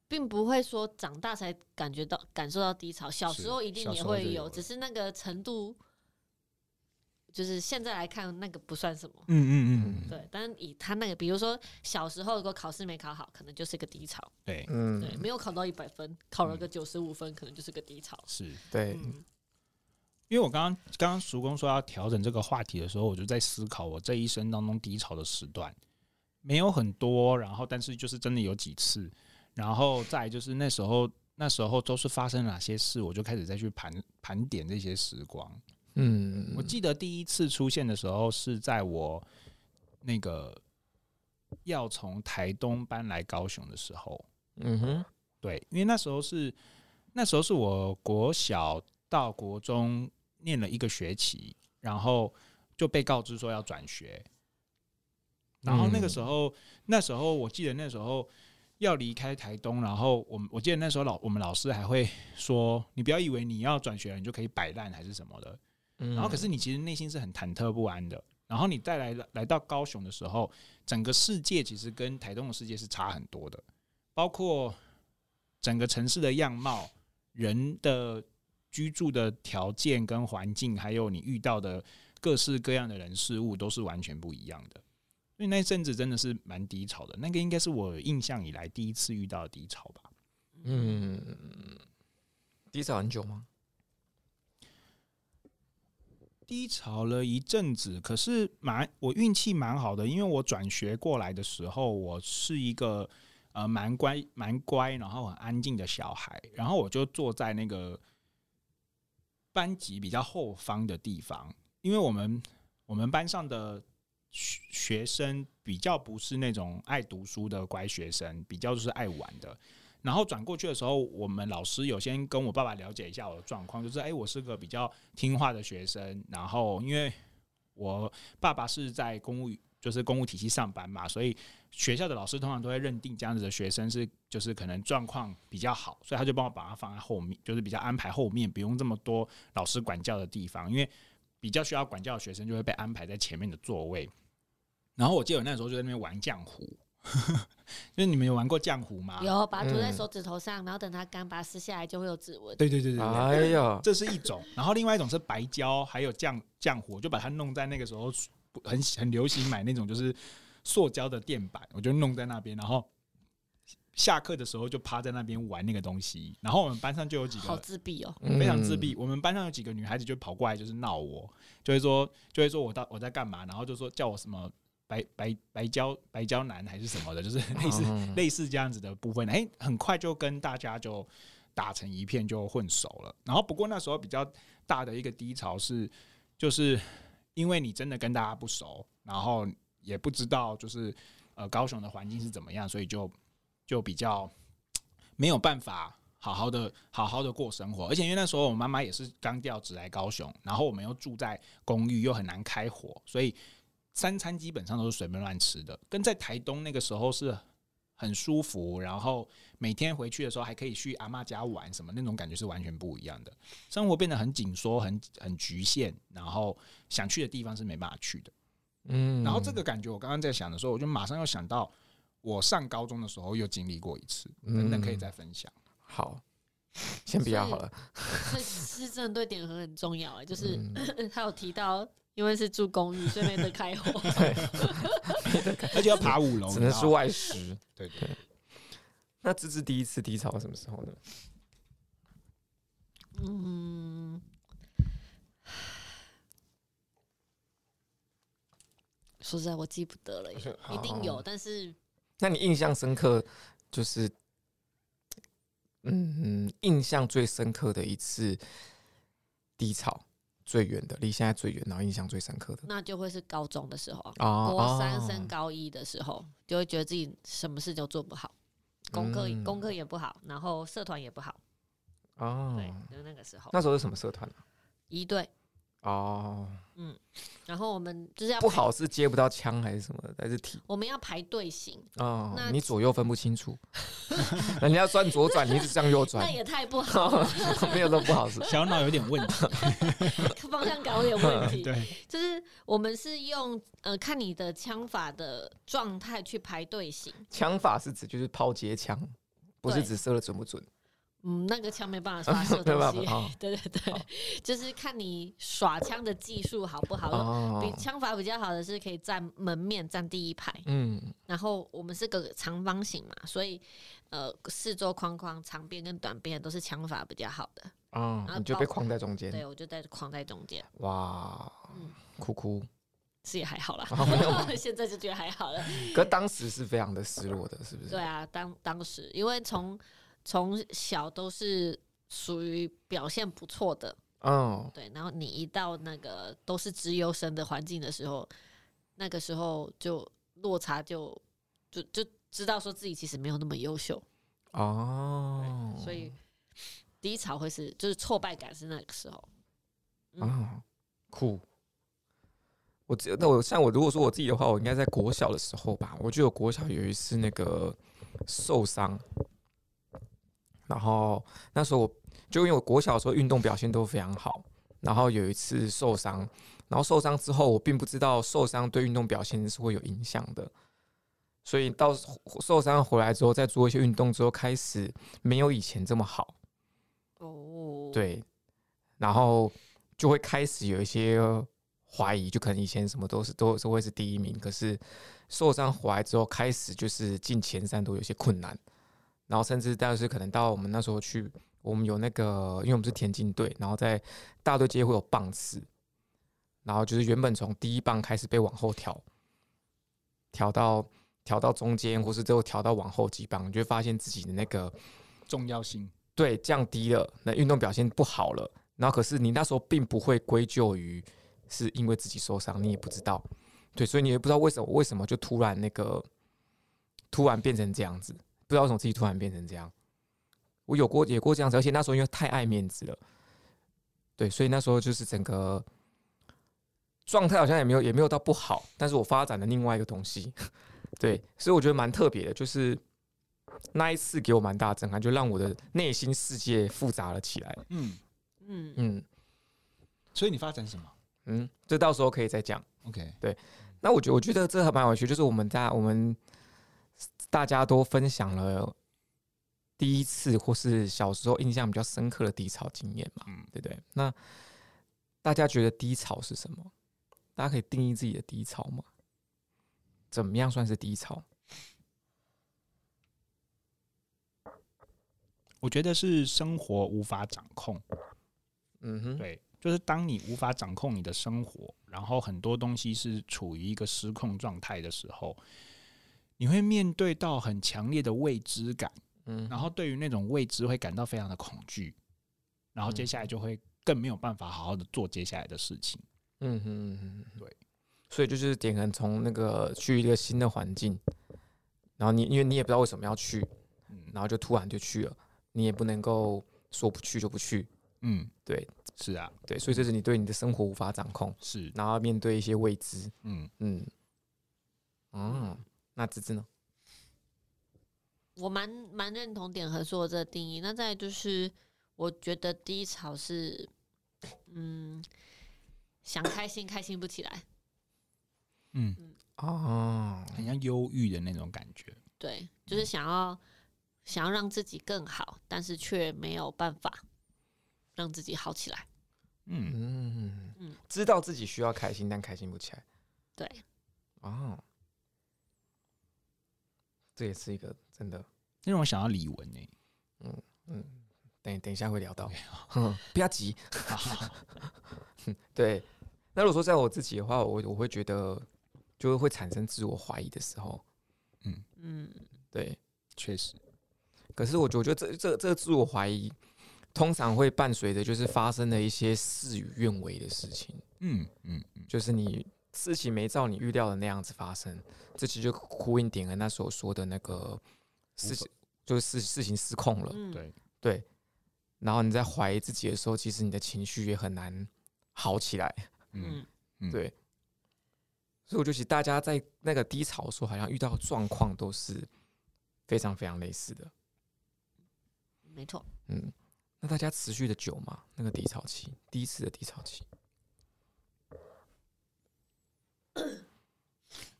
S4: 并不会说长大才感觉到感受到低潮，小
S2: 是
S4: 时候一定
S2: 小
S4: 也
S2: 时候就
S4: 会
S2: 有了
S4: 只是那个程度，就是现在来看那个不算什么。
S2: 嗯
S3: 嗯
S4: 对，但是以他那个，比如说小时候如果考试没考好，可能就是个低潮；
S2: 对，
S3: 嗯
S4: 对，没有考到一百分，考
S2: 嗯
S4: 了个九十五分，可能就是个低潮。
S2: 是。
S3: 对，
S4: 嗯，
S2: 因为我刚刚刚刚叔公说要调整这个话题的时候，我就在思考我这一生当中低潮的时段，没有很多，然后但是就是真的有几次，然后再来就是那时候那时候都是发生哪些事，我就开始再去盘盘点这些时光。
S3: 嗯
S2: 我记得第一次出现的时候是在我那个要从台东搬来高雄的时候，
S3: 嗯哼，
S2: 对，因为那时候是那时候是我国小到国中念了一个学期，然后就被告知说要转学。然后那个时候，那时候我记得那时候要离开台东，然后我们我记得那时候老我们老师还会说，你不要以为你要转学了你就可以摆烂还是什么的，
S3: 嗯
S2: 然后可是你其实内心是很忐忑不安的。然后你再来来到高雄的时候，整个世界其实跟台东的世界是差很多的，包括整个城市的样貌、人的居住的条件跟环境，还有你遇到的各式各样的人事物，都是完全不一样的。所以那一阵子真的是蛮低潮的，那个应该是我印象以来第一次遇到的低潮吧。
S3: 嗯，低潮很久吗？
S2: 低潮了一阵子，可是蛮我运气蛮好的，因为我转学过来的时候，我是一个呃蛮乖蛮乖，然后很安静的小孩，然后我就坐在那个班级比较后方的地方，因为我们我们班上的学学生比较不是那种爱读书的乖学生，比较就是爱玩的。然后转过去的时候，我们老师有先跟我爸爸了解一下我的状况，就是哎，诶我是个比较听话的学生。然后因为我爸爸是在公务，就是公务体系上班嘛，所以学校的老师通常都会认定这样子的学生是就是可能状况比较好，所以他就帮我把他放在后面，就是比较安排后面，不用这么多老师管教的地方，因为。比较需要管教的学生就会被安排在前面的座位。然后我记得我那时候就在那边玩浆糊， 就是你们有玩过浆糊吗？
S4: 有把它涂在
S3: 嗯
S4: 手指头上，然后等它干，把它撕下来就会有指纹。
S2: 对对对对对，
S3: 哎呀，
S2: 这是一种。 然后另外一种是白胶，还有浆浆糊，我就把它弄在那个时候很很流行买那种就是塑胶的垫板，我就弄在那边，然后。下课的时候就趴在那边玩那个东西，然后我们班上就有几个
S4: 好自闭哦，
S2: 非常自闭。我们班上有几个女孩子就跑过来，就是闹我，就会说，就会说我到我在干嘛，然后就说叫我什么白白白胶白胶男还是什么的，就是 类似、
S3: 嗯
S2: 类似这样子的部分。哎、很快就跟大家就打成一片，就混熟了。然后不过那时候比较大的一个低潮是，就是因为你真的跟大家不熟，然后也不知道就是呃高雄的环境是怎么样，所以就就比较没有办法好好的好好的过生活。而且因为那时候我妈妈也是刚调职来高雄，然后我们又住在公寓，又很难开火，所以三餐基本上都是随便乱吃的，跟在台东那个时候是。很舒服，然后每天回去的时候还可以去阿嬷家玩，什么那种感觉是完全不一样的。生活变得很紧缩、很很局限，然后想去的地方是没办法去的。
S3: 嗯
S2: 然后这个感觉，我刚刚在想的时候，我就马上又想到我上高中的时候又经历过一次，等等可以再分享。
S3: 嗯好，先不要
S4: 所以
S3: 好了。
S4: 所以市政对点很很重要哎，就是
S3: 嗯
S4: 他有提到，因为是住公寓，所以没得开火。
S2: 而且要爬五楼，
S3: 只能
S2: 你知
S3: 是
S2: 道吗
S3: 外食。
S2: 对对对
S3: 那芝芝第一次低潮是什么时候呢？
S4: 嗯，说实在，我记不得了耶，一定有，
S3: 好
S4: 但是
S3: 那你印象深刻就是，嗯，印象最深刻的一次低潮，最远的，离现在最远，然后印象最深刻的
S4: 那就会是高中的时候啊，
S3: 啊
S4: 国三升高一的时候，就会觉得自己什么事都做不好，功课、
S3: 嗯
S4: 功课也不好，然后社团也不好，
S3: 哦
S4: 对，就那个时候
S3: 那时候是什么社团啊
S4: 一队，
S3: 哦，
S4: 然后我们就是要
S3: 不
S4: 排，
S3: 好是接不到枪还是什么的，还是体
S4: 我们要排队形，
S3: 哦
S4: 那，
S3: 你左右分不清 楚，人家转左转，你一直向右转
S4: 那，也太不好，
S3: 没有说不好 是
S2: 小脑有点问题，
S4: 方向感有点问 题。
S2: 对，
S4: 就是我们是用呃看你的枪法的状态去排队形，
S3: 枪法是指就是抛接枪，不是
S4: 对
S3: 只射的准不准，
S4: 嗯，那个枪没办法发射
S3: 没
S4: 东
S3: 办
S4: 西，
S3: 法啊。
S4: 对对对，就是看你耍枪的技术好不 好。比
S3: 哦，
S4: 枪法比较好的是可以站门面站第一排，
S3: 嗯，
S4: 然后我们是个长方形嘛，所以呃四周框框长边跟短边都是枪法比较好的。
S3: 哦
S4: 然，后
S3: 你就
S4: 包
S3: 被框在中间，
S4: 对，我就在框在中间，
S3: 哇
S4: 嗯，
S3: 哭哭。
S4: 是也还好啦，
S3: 哦没 有
S4: 现在就觉得还好了。
S3: 可当时是非常的失落的，是不是？
S4: 对啊，当当时因为从从小都是属于表现不错的，
S3: 嗯，
S4: 对，然后你一到那个都是直优生的环境的时候，那个时候就落差就就就知道说自己其实没有那么优秀，
S3: 哦，
S4: 所以低潮会是就是挫败感是那个时候。嗯，
S3: 啊，酷。我记得，那我像我如果说我自己的话，我应该在国小的时候吧，我就有国小有一次那个受伤，然后那时候我就因为我国小的时候运动表现都非常好，然后有一次受伤，然后受伤之后我并不知道受伤对运动表现是会有影响的，所以到受伤回来之后再做一些运动之后，开始没有以前这么好，
S4: 哦，，
S3: 对，然后就会开始有一些怀疑，就可能以前什么都是都都会是第一名，可是受伤回来之后，开始就是进前三都有些困难，然后甚至但是可能到我们那时候去，我们有那个，因为我们是田径队，然后在大队街会有棒次，然后就是原本从第一棒开始被往后调，调到调到中间，或是最后调到往后几棒，你就会发现自己的那个
S2: 重要性
S3: 对降低了，那运动表现不好了，然后可是你那时候并不会归咎于是因为自己受伤，你也不知道，对，所以你也不知道为什么为什么就突然那个突然变成这样子，不知道为什么自己突然变成这样。我有过也过这样子，而且那时候因为太爱面子了，对，所以那时候就是整个状态好像也没有也没有到不好，但是我发展了另外一个东西， 对，所以我觉得蛮特别的，就是那一次给我蛮大的震撼，就让我的内心世界复杂了起来。
S2: 嗯，
S4: 嗯，
S3: 嗯，
S2: 所以你发展什么？
S3: 嗯，这到时候可以再讲。
S2: OK，
S3: 那我觉我觉得这还蛮有趣，就是我们大我们大家都分享了第一次或是小时候印象比较深刻的低潮经验嘛，
S2: 嗯，
S3: 对不对？那大家觉得低潮是什么？大家可以定义自己的低潮吗？怎么样算是低潮？
S2: 我觉得是生活无法掌控，
S3: 嗯哼，
S2: 对，就是当你无法掌控你的生活，然后很多东西是处于一个失控状态的时候，你会面对到很强烈的未知感，
S3: 嗯
S2: 然后对于那种未知会感到非常的恐惧，然后接下来就会更没有办法好好的做接下来的事情。
S3: 嗯哼嗯哼，嗯
S2: 对。
S3: 所以就是点恒从那个去一个新的环境，然后你因为你也不知道为什么要去，
S2: 嗯
S3: 然后就突然就去了，你也不能够说不去就不去，
S2: 嗯，
S3: 对，
S2: 是啊，
S3: 对，所以这是你对你的生活无法掌控，
S2: 是，
S3: 然后要面对一些未知，
S2: 嗯，
S3: 嗯，哦，那芝芝呢？
S4: 我蛮蛮认同点和说的这个定义。那再来就是，我觉得低潮是，嗯，想开心开心不起来，
S2: 嗯，
S3: 哦，
S2: 很像忧郁的那种感觉。
S4: 对，就是想要想要让自己更好，但是却没有办法让自己好起来。
S2: 嗯，
S3: 嗯
S4: 嗯，
S3: 知道自己需要开心，但开心不起来，
S4: 对，
S3: 哦，这也是一个真的，
S2: 那让我想到李玟欸呢、
S3: 嗯，等等一下会聊到，哼不要急，对。那如果说在我自己的话，我我会觉得就会产生自我怀疑的时候，
S4: 嗯，
S3: 对，
S2: 确实，
S3: 可是我觉我觉得这这这自我怀疑，通常会伴随着就是发生了一些事与愿违的事情，
S2: 嗯嗯嗯，
S3: 就是你事情没照你预料的那样子发生，这其实就呼应点了那时候说的那个事情，就是事事情失控了，
S4: 嗯，
S2: 对，
S3: 对。然后你在怀疑自己的时候，其实你的情绪也很难好起来，
S2: 嗯
S4: 嗯，
S2: 嗯
S3: 对。所以我就其实大家在那个低潮的时候，好像遇到的状况都是非常非常类似的。
S4: 没错。
S3: 嗯，那大家持续的久吗？那个低潮期，第一次的低潮 期，还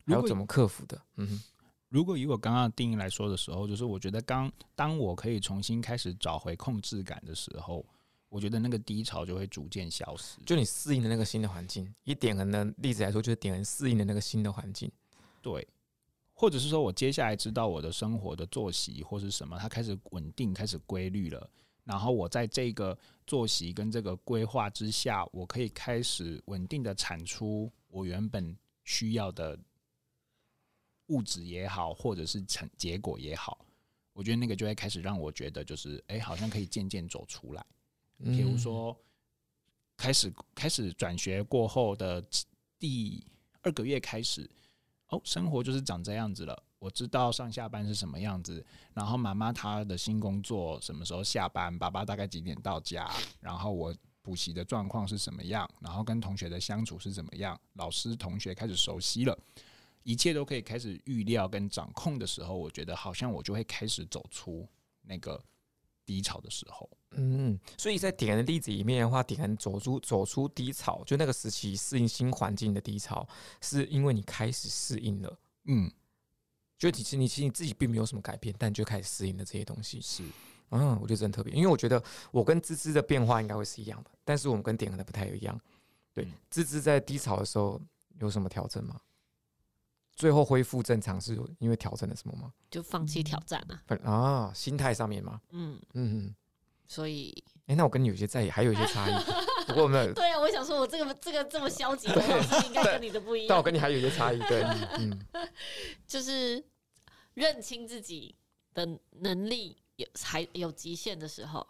S2: 如
S3: 有
S2: 果
S3: 怎么克服的？嗯哼，
S2: 如果以我刚刚的定义来说的时候，就是我觉得刚当我可以重新开始找回控制感的时候，我觉得那个低潮就会逐渐消失。
S3: 就你适应的那个新的环境，以点恒的例子来说，就是点恒适应的那个新的环境。
S2: 对，或者是说我接下来知道我的生活的作息或是什么，它开始稳定，开始规律了。然后我在这个作息跟这个规划之下，我可以开始稳定的产出我原本需要的物质也好，或者是成结果也好。我觉得那个就会开始让我觉得，就是哎，好像可以渐渐走出来。
S3: 嗯
S2: 比如，说，开始开始转学过后的第二个月开始，哦，生活就是长这样子了。我知道上下班是什么样子，然后妈妈她的新工作什么时候下班，爸爸大概几点到家，然后我补习的状况是什么样，然后跟同学的相处是怎么样，老师同学开始熟悉了，一切都可以开始预料跟掌控的时候，我觉得好像我就会开始走出那个低潮的时候。
S3: 嗯，所以在点恒的例子里面的话，点恒走出走出低潮，就那个时期适应新环境的低潮，是因为你开始适应了。
S2: 嗯，
S3: 就你其实你其实你自己并没有什么改变，但你就开始适应了这些东西。
S2: 是。
S3: 嗯，我觉得真的特别，因为我觉得我跟芝芝的变化应该会是一样的，但是我们跟点可能不太一样。对
S2: 嗯，
S3: 芝芝在低潮的时候有什么调整吗？最后恢复正常是因为调整了什么吗？
S4: 就放弃挑战了、
S3: 反啊，心态上面吗？
S4: 嗯，
S3: 嗯嗯，
S4: 所以
S3: 哎、那我跟你有些在意，还有一些差异，不过我们有，
S4: 对啊，我想说，我这个这个这么消极的话，是不是应该跟你的不一
S3: 但我
S4: 样，
S3: 跟你还有一些差异， 对，嗯，
S4: 就是认清自己的能力有还有极限的时候，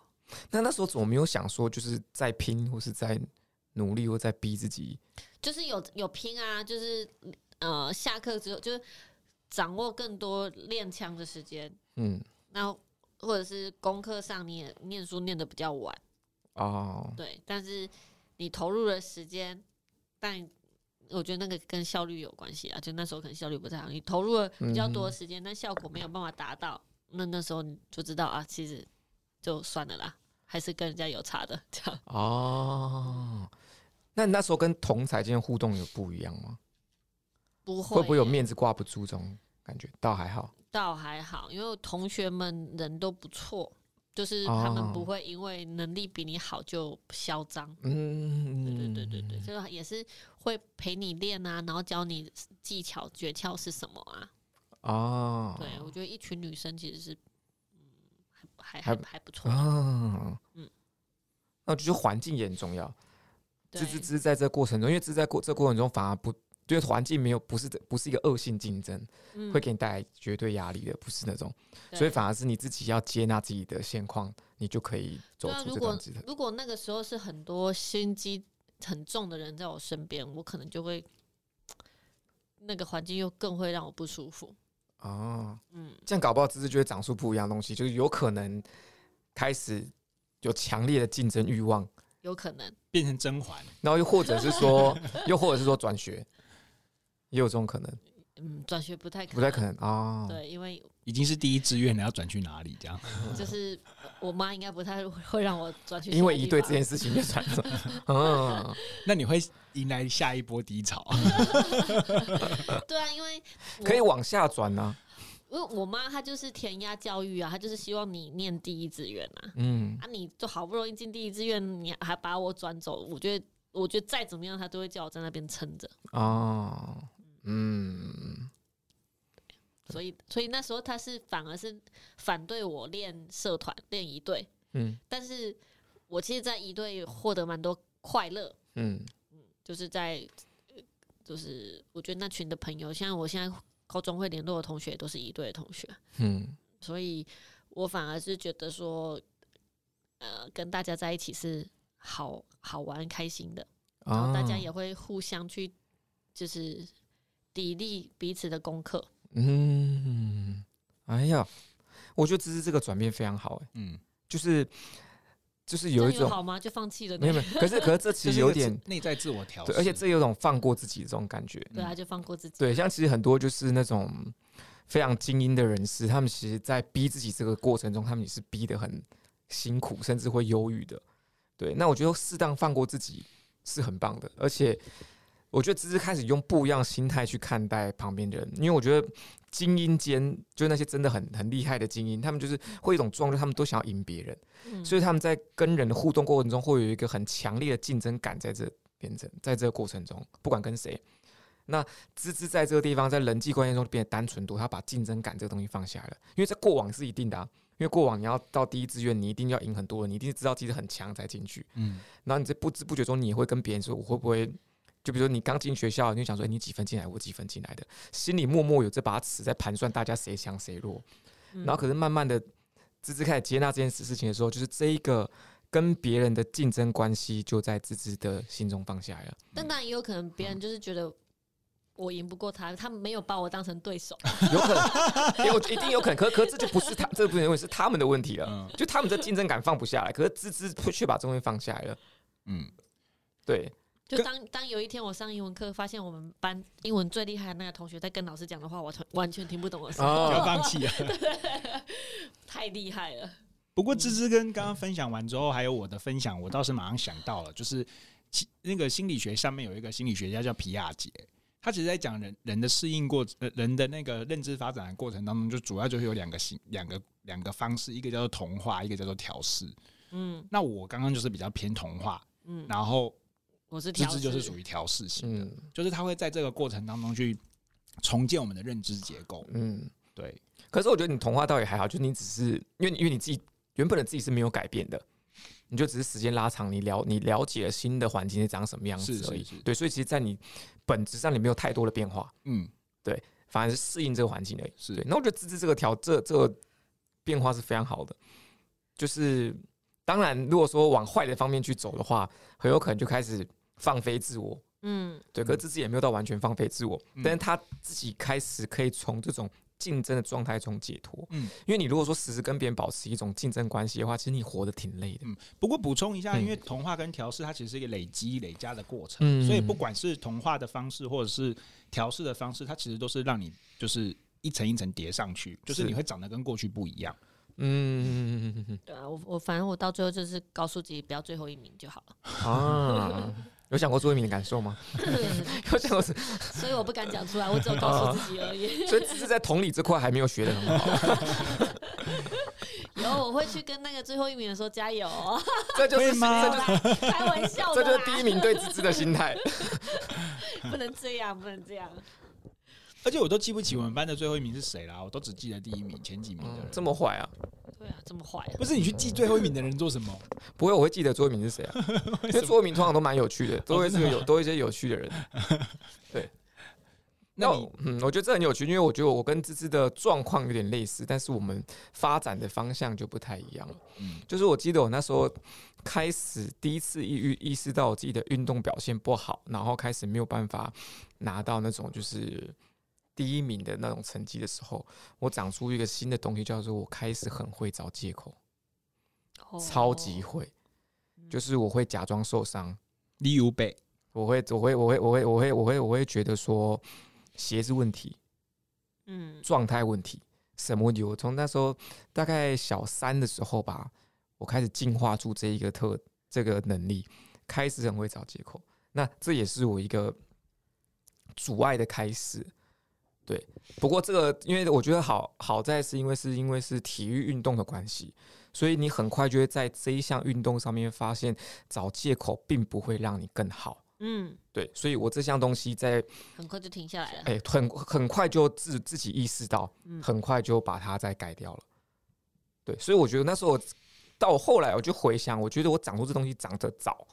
S3: 那那时候怎么没有想说就是在拼，或是在努力，或在逼自己？
S4: 就是有有拼啊，就是呃，下课之后就是掌握更多练枪的时间，
S3: 嗯，
S4: 那或者是功课上你也念书念的比较晚，
S3: 哦，
S4: 对，但是你投入了时间，但我觉得那个跟效率有关系啊，就那时候可能效率不太好，你投入了比较
S3: 嗯
S4: 多的时间，但效果没有办法达到，那那时候你就知道啊，其实就算了啦，还是跟人家有差的这样。
S3: 哦，那你那时候跟同才间互动有不一样吗？
S4: 不会
S3: 会不会有
S4: 耶
S3: 面子挂不住这种感觉？倒还好，
S4: 倒还好，因为我同学们人都不错，就是他们
S3: 哦
S4: 不会因为能力比你好就嚣张。
S3: 嗯，
S4: 对对对对对，这个也是会陪你练啊，然后教你技巧诀窍是什么啊。
S3: 啊，
S4: 对，我觉得一群女生其实是，嗯，还
S3: 还
S4: 还还还不错。
S3: 啊，嗯
S4: 嗯，
S3: 那我觉得环境也很重要。
S4: 对
S3: 芝芝芝在这过程中，因为芝在过这过程中反而不就是环境没有不是不是一个恶性竞争，
S4: 嗯
S3: 会给你带来绝对压力的，不是那种，所
S4: 对
S3: 以反而是你自己要接纳自己的现况，你就可以走
S4: 对啊，
S3: 出
S4: 如
S3: 这
S4: 果
S3: 段子的。
S4: 如果那个时候是很多心机很重的人在我身边，我可能就会那个环境又更会让我不舒服。
S3: 哦，
S4: 嗯，
S3: 这样搞不好芝芝就会长出不一样的东西，就是有可能开始有强烈的竞争欲望，
S4: 有可能。
S2: 变成甄嬛，
S3: 然后又或者 是说，又或者是说转学，也有这种可能，
S4: 嗯，转学不太可
S3: 不太可能啊。哦，
S4: 对，因为
S2: 已经是第一志愿了，要转去哪里？这样
S4: 就是我妈应该不太 会让我转去，
S3: 因为一对这件事情就转 走，嗯，
S2: 那你会迎来下一波低潮。
S4: 对啊，因为我
S3: 可以往下转啊，
S4: 因为我妈她就是填鸭教育啊，她就是希望你念第一志愿啊，
S3: 嗯，
S4: 啊，你就好不容易进第一志愿，你还把我转走，我觉得我觉得再怎么样，她都会叫我在那边撑着，
S3: 哦，嗯，
S4: 所以所以那时候她是反而是反对我练社团练一队，
S3: 嗯
S4: 但是我其实，在一队获得蛮多快乐，
S3: 嗯，
S4: 就是在，呃就是我觉得那群的朋友，像我现在高中会联络的同学，都是一队的同学，
S3: 嗯，
S4: 所以我反而是觉得说，呃，跟大家在一起是好好玩、开心的，然后大家
S3: 哦，
S4: 也会互相去就是砥砺彼此的功课。
S3: 嗯，哎呀，我觉得芝芝这个转变非常好、哎，
S2: 嗯，
S3: 就是就是
S4: 这
S3: 有
S4: 样
S3: 一种嗯
S4: 好吗？就放弃了呢
S3: 没有？没有，可是可是这其
S2: 这
S3: 实
S2: 是
S3: 有
S2: 一个
S3: 点
S2: 自内在自我调试嗯
S3: 对，，而且这有种放过自己的这种感觉，
S4: 对啊，就放过自己。
S3: 嗯对，像其实很多就是那种非常精英的人士，他们其实在逼自己这个过程中，他们也是逼得很辛苦，甚至会忧郁的。对，那我觉得适当放过自己是很棒的，而且我觉得只是开始用不一样的心态去看待旁边的人，因为我觉得精英间就是那些真的很很厉害的精英，他们就是会有一种状态，他们都想要赢别人，
S4: 嗯，
S3: 所以他们在跟人的互动过程中，会有一个很强烈的竞争感在这变成在这个过程中，不管跟谁。那芝芝在这个地方，在人际关系中变得单纯多，他把竞争感这个东西放下来了，因为在过往是一定的、啊，因为过往你要到第一志愿，你一定要赢很多人，你一定知道自己很强才进去，
S2: 嗯，
S3: 然后你在不知不觉中，你也会跟别人说，我会不会？就比如说你刚进学校，你就想说，哎，你几分进来，我几分进来的，心里默默有这把尺在盘算大家谁强谁弱。
S4: 嗯
S3: 然后可是慢慢的，芝芝开始接纳这件事事情的时候，就是这一个跟别人的竞争关系就在芝芝的心中放下来了。
S4: 但当然也有可能别
S3: 嗯
S4: 人就是觉得我赢不过他，他没有把我当成对手。
S3: 有可能，因为我觉得一定有可能，可可这就不是他，这不是你的问题，是他们的问题了。
S2: 嗯
S3: 就他们的竞争感放不下来，可是芝芝却把这东西放下来了。
S2: 嗯，
S3: 对，
S4: 就
S2: 跟
S4: 当当有一天我上英文课，发现我们班英文最厉害的那个同学在跟老师讲的话，我全完全听不懂的时候，
S2: 不要
S3: 哦，
S2: 放 弃啊。
S4: 太厉害了。
S2: 不过芝芝跟刚刚分享完之后，还有我的分享，我倒是马上想到了，就是其那个心理学上面有一个心理学家叫皮亚杰，他其实在讲人人的适应过呃人的那个认知发展的过程当中，就主要就是有两个形两个两个方式，一个叫做同化，一个叫做调试。
S4: 嗯
S2: 那我刚刚就是比较偏同化，
S4: 嗯，
S2: 然后
S4: 我是
S2: 芝
S4: 调
S2: 芝
S4: 试，
S2: 就是属于调试型的，
S3: 嗯
S2: 就是他会在这个过程当中去重建我们的认知结构。
S3: 嗯。
S2: 对，
S3: 可是我觉得你童话倒也还好，就你只是因为你因为你自己原本的自己是没有改变的，你就只是时间拉长，你了你了解了新的环境是长什么样子
S2: 是是
S3: 而已。
S2: 是
S3: 对，所以其实，在你本质上你没有太多的变化，
S2: 嗯，
S3: 反而是适应这个环境而已。
S2: 是
S3: 对，那我觉得芝芝这个调这这个变化是非常好的，就是当然如果说往坏的方面去走的话，很有可能就开始放飞自我，
S4: 嗯
S3: 对，可是自己也没有到完全放飞自我，
S2: 嗯
S3: 但是他自己开始可以从这种竞争的状态中解脱。
S2: 嗯
S3: 嗯，因为你如果说时时跟别人保持一种竞争关系的话，其实你活得挺累的。
S2: 嗯不过补充一下，
S3: 嗯
S2: 因为童话跟调试它其实是一个累积累加的过程，
S3: 嗯
S2: 所以不管是童话的方式或者是调试的方式，它其实都是让你就是一层一层叠上去，就是
S3: 是
S2: 你会长得跟过去不一样。
S3: 嗯
S4: 对啊，我我反正我到最后就是告诉自己不要最后一名就好了。
S3: 啊，有想过朱一鸣的感受吗？ 有想过，
S4: 所以我不敢讲出来，我只有告诉自己而 已。
S3: 所以只是在同理这块还没有学的很好，
S4: 以后我会去跟那个最后一名的说加 油哦，
S3: 这就是
S2: 会吗
S3: 这就是
S4: 开玩笑
S3: 这
S4: 的
S3: 就是
S4: 啦，
S3: 第一名对芝芝的心态。
S4: 不能这样，不能这样。
S2: 而且我都记不起我们班的最后一名是谁啦，我都只记得第一名、前几名的
S3: 嗯
S2: 人。
S3: 这么坏啊？
S4: 对啊，这么坏啊！
S2: 不是你去记最后一名的人做什 么？
S3: 不会，我会记得朱一鸣是谁啊？因为朱一鸣通常都蛮有趣的，都会是有都会一些有趣的人。
S2: 那你
S3: 那我嗯，我觉得这很有趣，因为我觉得我跟芝芝的状况有点类似，但是我们发展的方向就不太一样了。
S2: 嗯
S3: 就是我记得我那时候开始第一次意遇意识到我自己的运动表现不好，然后开始没有办法拿到那种就是第一名的那种成绩的时候，我长出一个新的东西，叫做我开始很会找借口，
S4: 哦
S3: 超级会，就是我会假装受伤，
S2: 李如北，
S3: 我会我会我会我会我会我会我会觉得说鞋子问题，
S4: 嗯，
S3: 状态问题，什么问题？我从那时候大概小三的时候吧，我开始进化出这一个特这个能力，开始很会找借口。那这也是我一个阻碍的开始。对，不过这个因为我觉得好好在是因为是因为是体育运动的关系，所以你很快就会在这一项运动上面发现找借口并不会让你更好。
S4: 嗯，
S3: 对，所以我这项东西在
S4: 很快就停下来了。
S3: 哎、很很快就自自己意识到，
S4: 嗯
S3: 很快就把它再改掉了。对，所以我觉得那时候我到后来，我就回想，我觉得我长出这东西长得早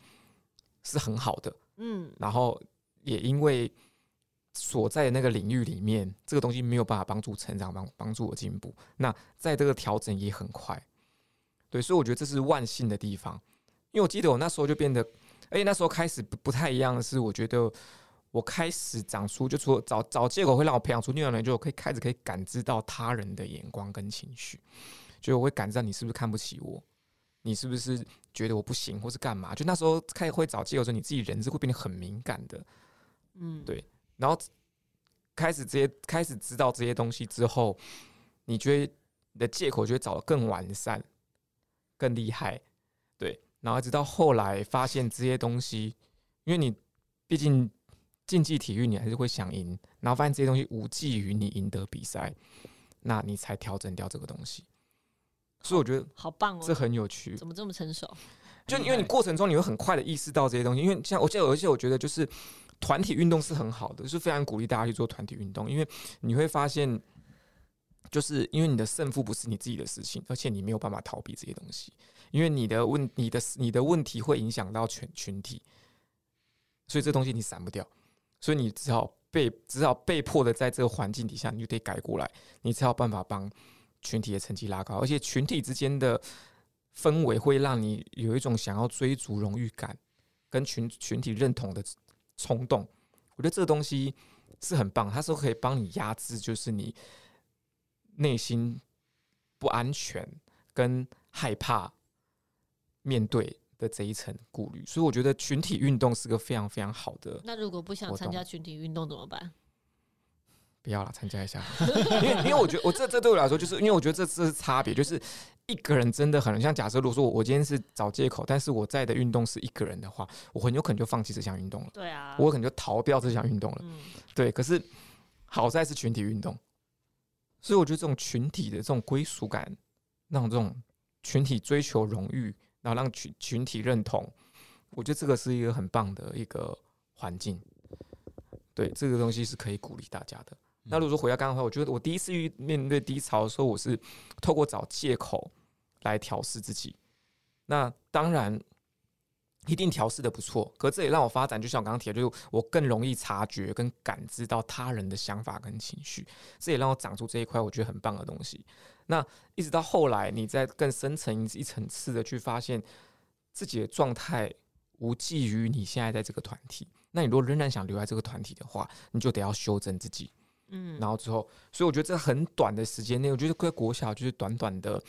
S3: 是很好的，
S4: 嗯
S3: 然后也因为所在的那个领域里面，这个东西没有办法帮助成长，帮帮助我进步。那在这个调整也很快，对，所以我觉得这是万幸的地方。因为我记得我那时候就变得，而且那时候开始不不太一样的是，我觉得我开始长出，就除了找找借口会让我培养出另外一种人，就我可以开始可以感知到他人的眼光跟情绪，就我会感知到你是不是看不起我，你是不是觉得我不行，或是干嘛？就那时候开始会找借口的时候，你自己人是会变得很敏感的。
S4: 嗯，
S3: 对然后开始这些开始知道这些东西之后，你觉得你的借口就会找得更完善、更厉害，对。然后直到后来发现这些东西，因为你毕竟竞技体育你还是会想赢，然后发现这些东西无济于你赢得比赛，那你才调整掉这个东西。所以我觉得
S4: 好棒
S3: 这
S4: 哦！
S3: 很有趣，
S4: 怎么这么成熟？
S3: 就因为你过程中你会很快的意识到这些东西，因为像我记得，而且我觉得就是团体运动是很好的，就是非常鼓励大家去做团体运动，因为你会发现，就是因为你的胜负不是你自己的事情，而且你没有办法逃避这些东西，因为你的问你的你的问题会影响到全群体，所以这东西你闪不掉，所以你只好被只好被迫的在这个环境底下，你就得改过来，你才有办法帮群体的成绩拉高，而且群体之间的氛围会让你有一种想要追逐荣誉感跟群群体认同的冲动。我觉得这个东西是很棒，它是可以帮你压制，就是你内心不安全跟害怕面对的这一层顾虑。所以我觉得群体运动是个非常非常好的
S4: 那如果不想
S3: 我
S4: 参
S3: 懂
S4: 加群体运动怎么办？
S3: 不要啦，参加一下，因为因为我觉得我这这对我来说，就是因为我觉得这这是差别，就是一个人真的很像假设，如果说我我今天是找借口，但是我在的运动是一个人的话，我很有可能就放弃这项运动了，
S4: 对啊，
S3: 我可能就逃掉这项运动了。
S4: 嗯
S3: 对，可是好在是群体运动，所以我觉得这种群体的这种归属感，那种这种群体追求荣誉，然后让群群体认同，我觉得这个是一个很棒的一个环境。对，这个东西是可以鼓励大家的。那如果说回到刚刚的话，我觉得我第一次遇面对低潮的时候，我是透过找借口来调试自己。那当然，一定调试的不错，可这也让我发展，就像我刚刚提的，就是我更容易察觉跟感知到他人的想法跟情绪，这也让我长出这一块我觉得很棒的东西。那一直到后来，你在更深层一层次的去发现自己的状态无济于你现在在这个团体，那你如果仍然想留在这个团体的话，你就得要修正自己，
S4: 嗯，
S3: 然后之后，所以我觉得这很短的时间内，我觉得在国小就是短短的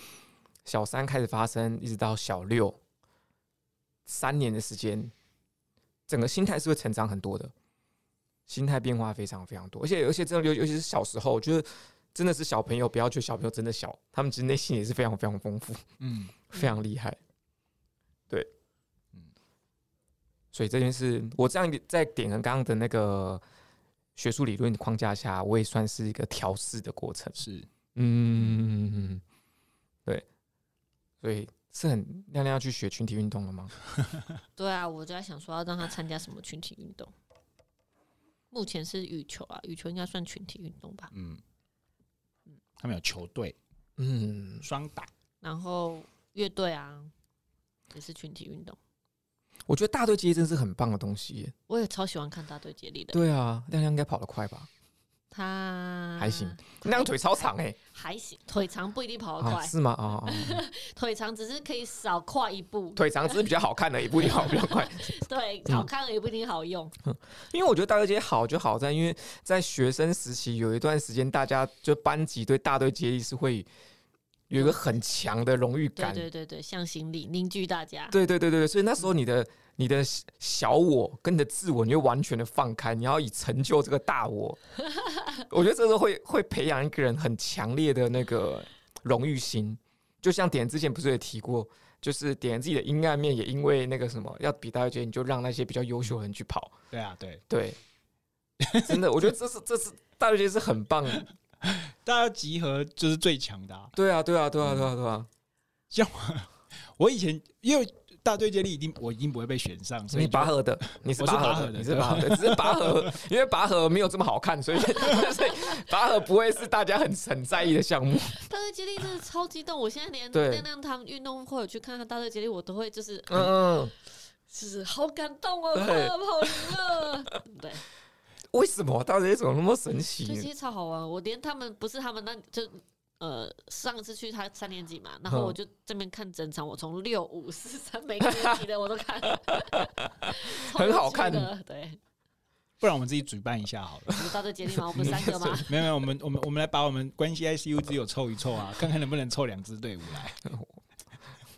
S3: 小三开始发生，一直到小六，三年的时间，整个心态是会成长很多的，心态变化非常非常多，而且而且真的尤尤其是小时候，我觉得真的是小朋友，不要觉得小朋友真的小，他们其实内心也是非常非常丰富，
S2: 嗯，
S3: 非常厉害，对，
S2: 嗯
S3: 所以这件事，我这样在点跟刚刚的那个学术理论框架下，我也算是一个调试的过程。
S2: 是
S3: 嗯，对，所以是很亮亮要去学群体运动了吗？
S4: 对啊，我就在想说要让他参加什么群体运动。目前是羽球啊，羽球应该算群体运动吧。
S2: 嗯，他们有球队
S3: 嗯，
S2: 双打，
S4: 然后乐队啊，也是群体运动。
S3: 我觉得大队接力真的是很棒的东西耶。
S4: 我也超喜欢看大队接力的，
S3: 对啊，亮亮应该跑得快吧？
S4: 他
S3: 还行，
S4: 他
S3: 亮亮腿超长哎、
S4: 还行，腿长不一定跑得
S3: 啊，
S4: 快，
S3: 是吗？哦哦，哦
S4: 腿长只是可以少跨一步，
S3: 腿长只是比较好看而已，不一定跑比较快。
S4: 对，
S3: 嗯
S4: 好看了也不一定好用。
S3: 因为我觉得大队接力好就好在，因为在学生时期有一段时间，大家就班级对大队接力是会有一个很强的荣誉
S4: 对
S3: 感。
S4: 对对对，向心力凝聚大家。
S3: 对对对对对，所以那时候你的你的小我跟你的自我，你会完全的放开，你要以成就这个大 我。我觉得这时候会会培养一个人很强烈的那个荣誉心，就像点之前不是也提过，就是点自己的阴暗面，也因为那个什么要比大家觉得你就让那些比较优秀的人去跑，
S2: 对啊，对，
S3: 对，真的，我觉得这是这是大学是很棒的，
S2: 大家集合就是最强的、啊。
S3: 对啊，对啊，对啊，对啊，对啊，
S2: 我以前因为大队接力一定我一定不会被选上，所以
S3: 你
S2: 就
S3: 拔河的，你是
S2: 我是
S3: 拔
S2: 拔
S3: 河
S2: 河的
S3: 你是拔河的，只是拔河，因为拔河没有这么好看，所以 所以拔河不会是大家很很在意的项目。
S4: 大队接力真的超激动，我现在连
S3: 对
S4: 亮亮他们运动会有去看他大队接力，我都会就是
S3: 嗯，嗯
S4: 就是好感动哦，
S3: 对
S4: 快要跑赢了。啊 对，
S3: 为什么大家怎么那么神
S4: 这
S3: 奇？
S4: 些超好玩，我连他们不是他们那就。呃，上次去他三年级嘛，然后
S3: 嗯
S4: 我就这边看整场，我从六五四三每个年级的我 都看，超
S3: 很好
S4: 有趣
S3: 看
S4: 的。对，
S2: 不然我们自己举办一下好了。
S4: 我们大队接力嘛，我们三个嘛，
S2: 没有没有，我们我们我们来把我们关系 ICU 只有凑一凑啊，看看能不能凑两支队伍来。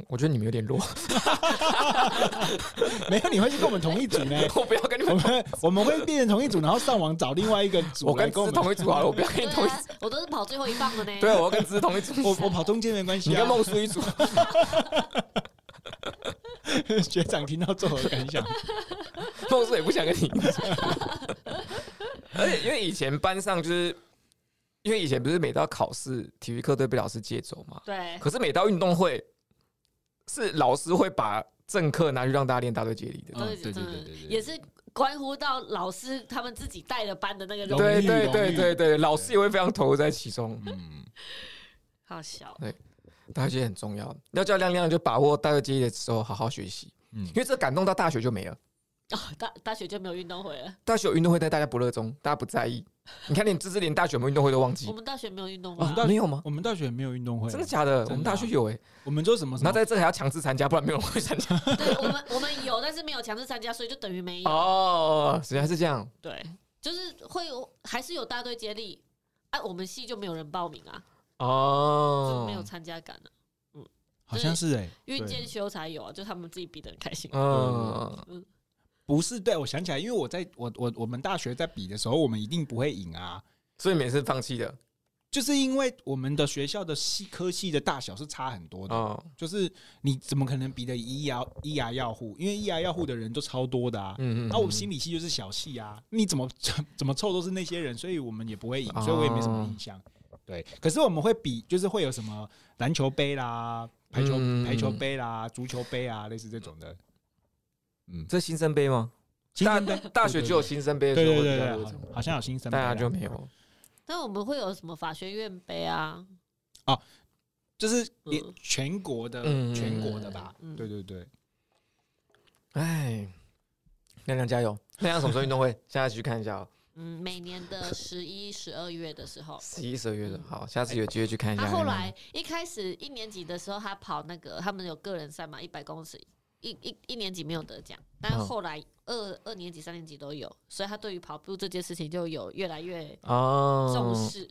S3: 我觉得你们有点弱，
S2: 没有，你会去跟我们同一组呢？
S3: 我不要跟 你
S2: 我
S3: 们，
S2: 们我们会变成同一组，然后上网找另外一个组
S3: 我
S2: 来
S3: 跟
S2: 跟
S3: 芝
S2: 我们。
S3: 芝同一组好了，我不要跟
S4: 对
S3: 你同一
S4: 啊
S3: 组，，
S4: 我都是跑最后一棒的呢。
S2: 啊
S3: 对，啊我要跟芝芝同一组，
S2: 我我跑中间没关系
S3: 你
S2: 啊
S3: 跟。梦叔一组，
S2: 学长听到作何感 想？
S3: 梦叔也不想跟你一组。 而且因为以前班上就是，因为以前不是每到考试体育课都被老师借走嘛，
S4: 对，
S3: 可是每到运动会，是老师会把正课拿去让大家练大队接力的。
S2: 嗯
S4: 对
S2: 对对对对对
S4: 也是关乎到老师他们自己带的班的那个荣
S2: 荣
S4: 誉，
S3: 对
S2: 誉
S3: 对
S2: 荣
S3: 对
S2: 誉
S3: 对对，老师也会非常投入在其中，
S2: 嗯，
S4: 好小。
S3: 大队接力很重要。要叫亮亮就把握大队接力的时候好好学习，
S2: 嗯
S3: 因为这感动到大学就没了。
S4: 哦，大大学就没有运动会了，
S2: 嗯
S3: 大学有运动会，但大家不热衷，大家不在意。你看，连芝芝连大学有没有运动会都忘记
S4: 我，们大学没有运动会、
S2: 我
S4: 啊
S2: 们。大
S3: 没有吗？
S2: 我们大学没有运动会啊，
S3: 真的假的？
S2: 啊
S3: 我们大学有哎，
S2: 我们做什么什
S3: 然后
S2: 么？
S3: 在这还要强制参加，不然没有人会参 加。
S4: 对，我们我们有，但是没有强制参加，所以就等于没有。
S3: 哦，原来是这样。
S4: 对，就是会有，还是有大队接力。哎、我们系就没有人报名啊，就
S3: 哦，
S4: 没有参加感啊了、
S2: 好像是哎，
S4: 运
S2: 对
S4: 建修才有啊，就他们自己比的很开心。啊
S3: 嗯，
S4: 嗯，
S2: 不是对，我想起来，因为我在我我我们大学在比的时候，我们一定不会赢啊，
S3: 所以每次放弃的。
S2: 就是因为我们的学校的系科系的大小是差很多的，
S3: 哦，
S2: 就是你怎么可能比得 E 医牙医牙药护？因为医牙药护的人都超多的啊。
S3: 嗯嗯。
S2: 那、我们心理系就是小系啊，你怎么 怎么凑都是那些人，所以我们也不会
S3: 哦
S2: 赢，所以我也没什么印象。对，可是我们会比，就是会有什么篮球杯啦、排球、
S3: 嗯
S2: 排球杯啦、足球杯啊，类似这种的。嗯，
S3: 这是新生杯吗？
S2: 新
S3: 大
S2: 生杯，
S3: 大学只有新生杯
S2: 对
S3: 的时候
S2: 对
S3: 会比
S2: 对
S3: 较
S2: 对，
S3: 多
S2: 好
S3: 这种，
S2: 好像有新生杯
S3: 大
S2: 啦，
S3: 家就没有。
S4: 但我们会有什么法学院杯啊？
S2: 就是连
S4: 嗯
S2: 全国的、
S3: 嗯
S2: 全国的吧？
S4: 嗯
S2: 对对对，
S3: 哎，亮 亮加油！亮亮什么时候运动会？现在去看一下哦，
S4: 嗯，每年的十一、十二月的时候，
S3: 十一、十二月的，好，下次有机会去看一下
S4: 他
S3: 亮
S4: 啊后
S3: 亮。
S4: 来一开始一年级的时候，他跑那个他们有个人赛嘛，一百公尺，一一一年级没有得奖，但
S3: 嗯
S4: 后来二二年级、三年级都有，所以他对于跑步这件事情就有越来越重
S3: 哦，
S4: 视，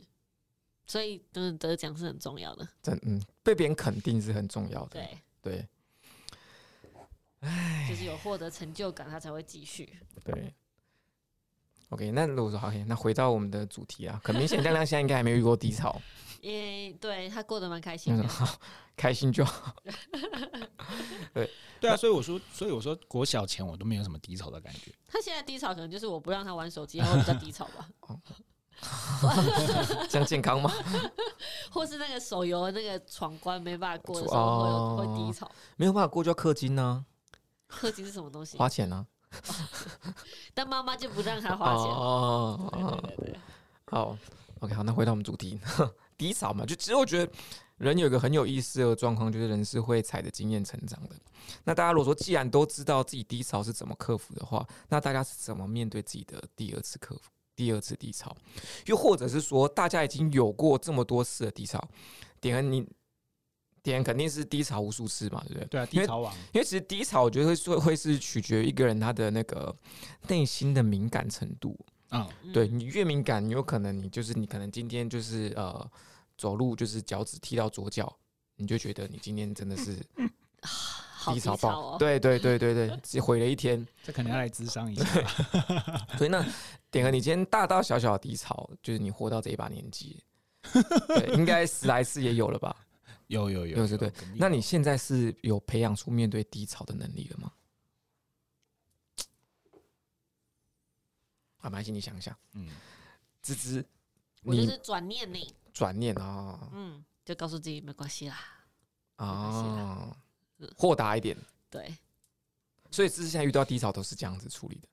S4: 所以嗯得奖是很重要的。
S3: 真嗯，被别人肯定是很重要的。
S4: 对，
S3: 对
S4: 就是有获得成就感，他才会继续。
S3: 对。OK，那如果说好，那回到我们的主题啊，很明显，亮亮现在应该还没有遇过低潮，
S4: 也对他过得蛮开心
S3: 嗯，
S4: 的。
S3: 好，开心就好。
S2: 对啊，所以我说，所以我说，国小前我都没有什么低潮的感觉。
S4: 他现在低潮可能就是我不让他玩手机，然后比较低潮 吧，
S3: 这样健康吗？
S4: 或是那个手游那个闯关没办法过的时候会有、
S3: 哦
S4: 会低潮。
S3: 没有办法过就要氪金啊呢、
S4: 氪金是什么东西？
S3: 花钱啊，
S4: 但妈妈就不让他花钱。
S3: 哦
S4: 对对对对，
S3: 好，OK，好，那回到我们主题，低潮嘛，就其实我觉得人有一个很有意思的状况，就是人是会踩着经验成长的。那大家如果说既然都知道自己低潮是怎么克服的话，那大家是怎么面对自己的第二次克服、第二次低潮？又或者是说，大家已经有过这么多次的低潮，点恩你点恩肯定是低潮无数次嘛，对不对？
S2: 对啊，
S3: 因为
S2: 低潮王，
S3: 因为其实低潮，我觉得会说会是取决于一个人他的那个内心的敏感程度。
S2: 嗯，
S4: 嗯
S3: 对你越敏感，你有可能你就是你可能今天就是呃走路就是脚趾踢到左脚，你就觉得你今天真的 是
S4: 好
S3: 低
S4: 低
S3: 潮
S4: 潮
S3: 爆，
S4: 哦。
S3: 对对对对对，只毁了一天。
S2: 这可能要来智商一下。
S3: 所以那点哥，你今天大大小小的低潮，就是你活到这一把年纪，对，应该十来次也有了吧？
S2: 有有
S3: 有
S2: 有
S3: 是对
S2: 肯定
S3: 那你
S2: 有
S3: 现在是有培养出面对低潮的能力了吗？啊，蛮心，你想一下，
S2: 嗯，
S3: 芝芝，
S4: 我就
S3: 你
S4: 是转念你，
S3: 转念啊、
S4: 嗯，就告诉自己没关系啦。关系啦
S3: 啊，哦豁达一点。
S4: 对，
S3: 所以之前遇到低潮都是这样子处理的。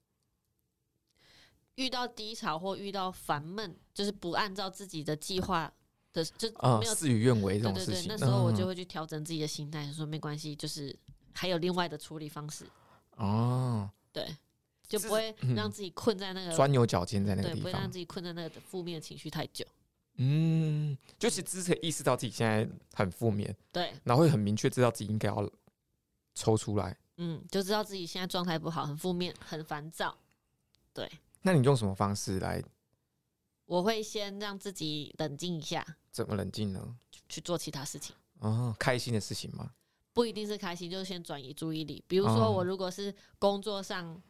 S4: 遇到低潮或遇到烦闷，就是不按照自己的计划的，就
S3: 啊，
S4: 没有
S3: 事与愿违
S4: 对
S3: 这种
S4: 对
S3: 事
S4: 对，
S3: 情。嗯
S4: 那时候我就
S3: 会
S4: 会去调整自己的心态，说没关系，就是还有另外的处理方式，
S3: 哦，
S4: 对，就
S3: 这
S4: 不会
S3: 嗯
S4: 让自己困在那个、
S3: 钻牛角尖在那个
S4: 呃对，
S3: 地
S4: 不会让
S3: 方。
S4: 自己困在那个负面情绪太久。
S3: 嗯，就是之前意识到自己现在很负面，
S4: 对，
S3: 然后会很明确知道自己应该要抽出来。
S4: 嗯，就知道自己现在状态不好，很负面，很烦躁。对，
S3: 那你用什么方式来
S4: 我会先让自己冷静一下，
S3: 怎么冷静呢？
S4: 去做其他事情。
S3: 哦，开心的事情吗？
S4: 不一定是开心，就是先转移注意力。比如说，
S3: 哦
S4: 我如果是工作上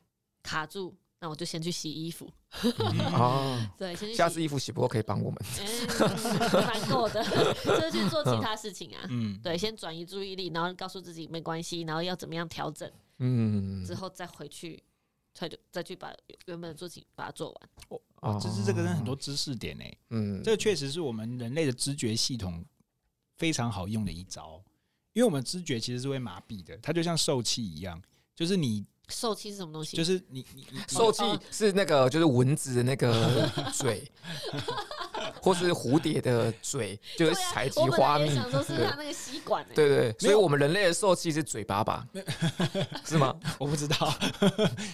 S4: 卡住，那我就先去洗衣服。
S2: 嗯
S3: 哦，
S4: 对，先去洗嗯
S3: 下次衣 服洗不够可以帮我们。
S4: 哎蛮够的， 就是去做其他事情啊。
S2: 嗯，
S4: 对，先转移注意力，然后告诉自己没关系，然后要怎么样调整，
S3: 嗯
S4: 之，后再回去，再就再去把原本的事情把它做完。
S3: 哦
S2: 这是这个人很多，知识点诶，
S3: 嗯，
S2: 这个确实是我们人类的知觉系统非常好用的一招，因为我们知觉其实是会麻痹的，它就像受气一样，就是你
S4: 受气是什么东西？
S2: 就是你你你
S4: 哦
S3: 受气是那个就是蚊子的 那个嘴，或是蝴蝶的嘴，就是
S4: 对啊
S3: 采集
S4: 我本
S3: 花
S4: 来也
S3: 蜜。
S4: 想说是他那个吸管、欸，
S3: 对对，所以我们人类的受气是嘴巴吧？是吗？
S2: 我不知道，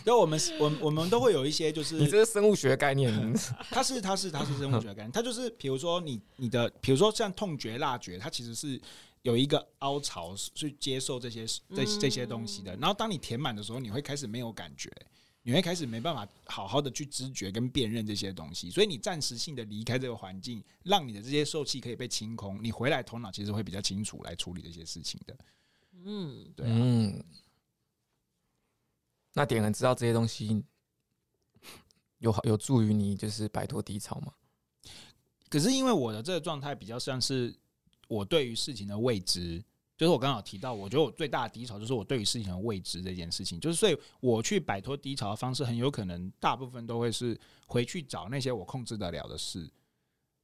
S2: 然后我们我们我们都会有一些就是
S3: 你这是生物学概念，
S2: 它是它是它是生物学的概念，它就是比如说你你的，比如说像痛觉、辣觉，它其实是有一个凹槽是去接受这些这这些东西的。然后当你填满的时候，你会开始没有感觉，你会开始没办法好好的去知觉跟辨认这些东西，所以你暂时性的离开这个环境，让你的这些受气可以被清空，你回来头脑其实会比较清楚来处理这些事情的。
S4: 嗯，
S2: 对啊，
S3: 嗯。那点人知道这些东西有有助于你就是摆脱低潮吗？
S2: 可是因为我的这个状态比较像是我对于事情的未知，就是我刚好提到，我觉得我最大的低潮就是我对于事情的未知这件事情，就是所以我去摆脱低潮的方式，很有可能大部分都会是回去找那些我控制得了的事，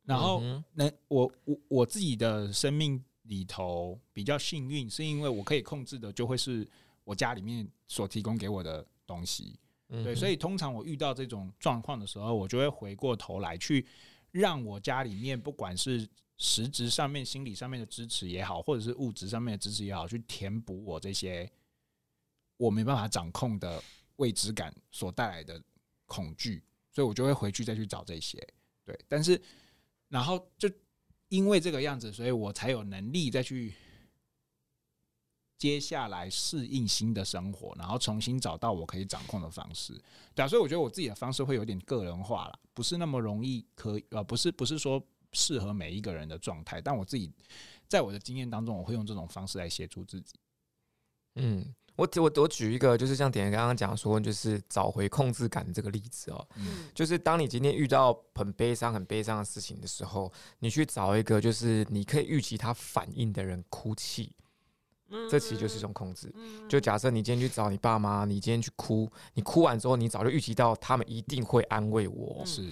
S2: 然后
S3: 嗯
S2: 那我我我自己的生命里头比较幸运，是因为我可以控制的就会是我家里面所提供给我的东西，
S3: 哼
S2: 对，所以通常我遇到这种状况的时候，我就会回过头来去让我家里面不管是实质上面、心理上面的支持也好，或者是物质上面的支持也好，去填补我这些我没办法掌控的未知感所带来的恐惧，所以我就会回去再去找这些。对，但是然后就因为这个样子，所以我才有能力再去接下来适应新的生活，然后重新找到我可以掌控的方式。对啊，所以我觉得我自己的方式会有点个人化了，不是那么容易可呃，不是不是说适合每一个人的状态，但我自己在我的经验当中，我会用这种方式来协助自己。
S3: 嗯，我我我举一个，就是像点刚刚讲说，就是找回控制感这个例子哦，
S4: 嗯
S3: 就是当你今天遇到很悲伤、很悲伤的事情的时候，你去找一个就是你可以预期他反应的人哭泣，
S4: 嗯
S3: 这其实就是一种控制。
S4: 嗯
S3: 就假设你今天去找你爸妈，你今天去哭，你哭完之后，你早就预期到他们一定会安慰我。
S4: 嗯
S2: 是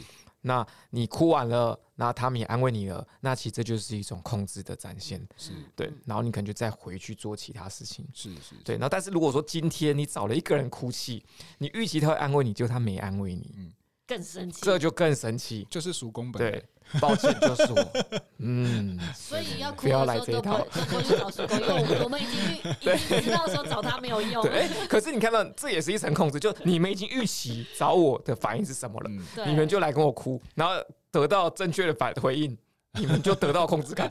S3: 那你哭完了，那他们也安慰你了，那其实这就是一种控制的展现。
S2: 是
S3: 对，
S4: 嗯
S3: 然后你可能就再回去做其他事情。
S2: 是是，
S3: 对，然后但是如果说今天你找了一个人哭泣，你预期他会安慰你，结果他没安慰你，
S4: 更生气，
S3: 这就更神奇。
S2: 就是叔公本
S3: 对，抱歉，就是我。嗯，
S4: 所以要哭
S3: 不
S4: 的
S3: 要来
S4: 时候
S3: 这一
S4: 都不
S3: 套
S4: 会都不会去找叔公，因为我们我们已 经预已经知道说找他没有用
S3: 对。，哎可是你看到这也是一层控制，就你们已经预期找我的反应是什么了，
S2: 嗯，
S4: 对，
S3: 你们就来跟我哭，然后得到正确的反回应，你们就得到控制感。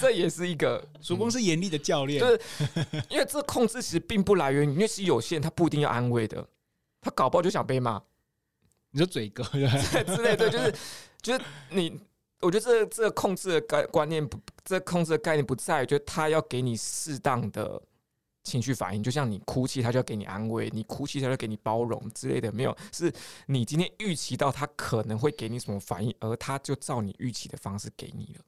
S3: 这也是一个，
S2: 叔公是严厉的教练
S3: 就，是因为这控制其实并不来源于你，因为其实有些人他不一定要安慰的，他搞不好就想被骂。
S2: 你说嘴哥对吧
S3: 之类的，就是就是你，我觉得这这个控制的概观念不，这控制的概念不在于，就是他要给你适当的情绪反应，就像你哭泣，他就要给你安慰；你哭泣，他就要给你包容之类的。没有，是你今天预期到他可能会给你什么反应，而他就照你预期的方式给你了。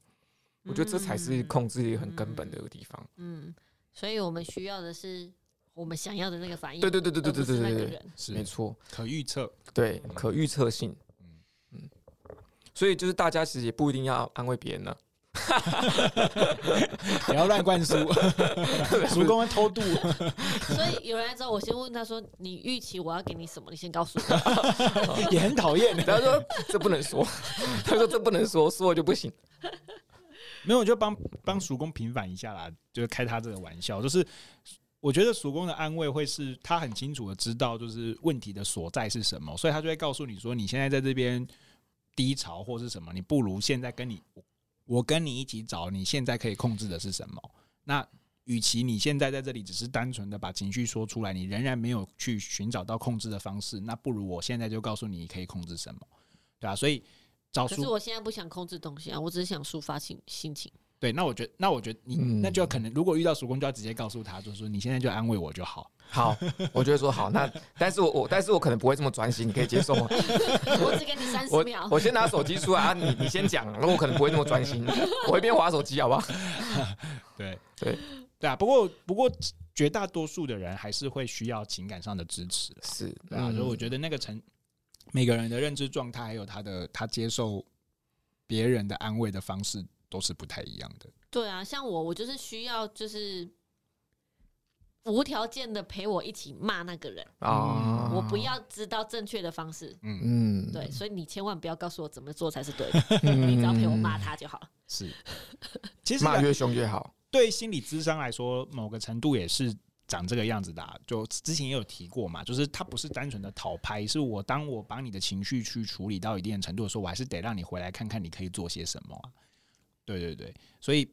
S3: 我觉得这才是控制很根本的地方。
S4: 嗯，所以我们需要的是我们想要的那个反应，
S3: 对对对对对
S4: 而不
S3: 对
S4: 是
S3: 对
S4: 那
S3: 对
S4: 个
S3: 对，
S4: 人。
S2: 是
S3: 没错。
S2: 可预测，
S3: 对，可预测性。嗯，所以就是大家其实也不一定要安慰别人呢、啊
S2: 不要乱 灌输，叔公会偷渡，
S4: 所以有人来找我，先问他说：“你预期我要给你什么？你先告诉我。
S2: 也很讨厌。
S3: 他说这不能说，他说这不能说，说了就不行。
S2: 没有，我就帮帮叔公平反一下啦，就是开他这个玩笑，就是我觉得叔公的安慰会是他很清楚的知道，就是问题的所在是什么，所以他就会告诉你说，你现在在这边低潮或是什么，你不如现在跟你我跟你一起找你现在可以控制的是什么。那与其你现在在这里只是单纯的把情绪说出来，你仍然没有去寻找到控制的方式，那不如我现在就告诉你你可以控制什么，对吧、所以找”
S4: 可
S2: 叔
S4: 是我现在不想控制东西啊，我只是想抒发心心 情。
S2: 对，那我觉得，那我觉得你、
S3: 嗯
S2: 那就可能，如果遇到叔公，就要直接告诉他，就是说你现在就安慰我就好。
S3: 好，我就会说好，那但是我我但是我可能不会这么专心，你可以接受吗？
S4: 我只给你三十
S3: 我
S4: 秒。
S3: 我先拿手机出来啊，你你先讲，那我可能不会那么专心，我一边划手机，好不好？
S2: 对
S3: 对
S2: 对啊，不过不过绝大多数的人还是会需要情感上的支持啦
S3: 是嗯
S2: 对啊，所以我觉
S3: 得
S2: 得那个成每个人的认知状态，还有他的他接受别人的安慰的方式都是不太一样的。
S4: 对啊，像我，我就是需要就是无条件的陪我一起骂那个人，
S3: 啊
S4: 嗯我不，要知道正确的方式。
S2: 嗯，
S3: 嗯
S4: 对，，所以你千万不要告诉我怎么做才是对 的，
S3: 嗯
S4: 你只要陪我骂，他就好了。
S2: 是。其实啊
S3: 骂越凶越好。
S2: 对心理咨商来说，某个程度也是长这个样子的啊、就之前也有提过嘛，就是它不是单纯的讨拍，是我当我把你的情绪去处理到一定的程度的时候，我还是得让你回来看看你可以做些什么啊。对对对，所以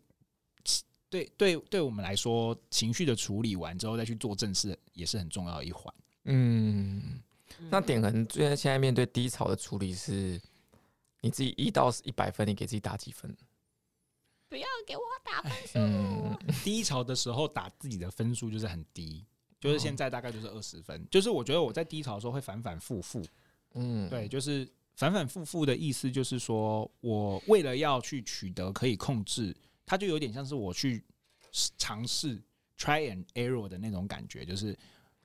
S2: 对对对我们来说，情绪的处理完之后再去做正事，也是很重要的一环。
S3: 嗯，
S4: 嗯
S3: 那点恒最现在面对低潮的处理是，你自己一到一百分，你给自己打几分？
S4: 不要给我打分数。
S3: 嗯
S2: 低潮的时候打自己的分数就是很低。
S3: 嗯
S2: 就是现在大概就是二十分，就是我觉得我在低潮的时候会反反复复，
S3: 嗯，
S2: 对，就是反反复复的意思，就是说我为了要去取得可以控制，它就有点像是我去试尝试 try and error 的那种感觉，就是我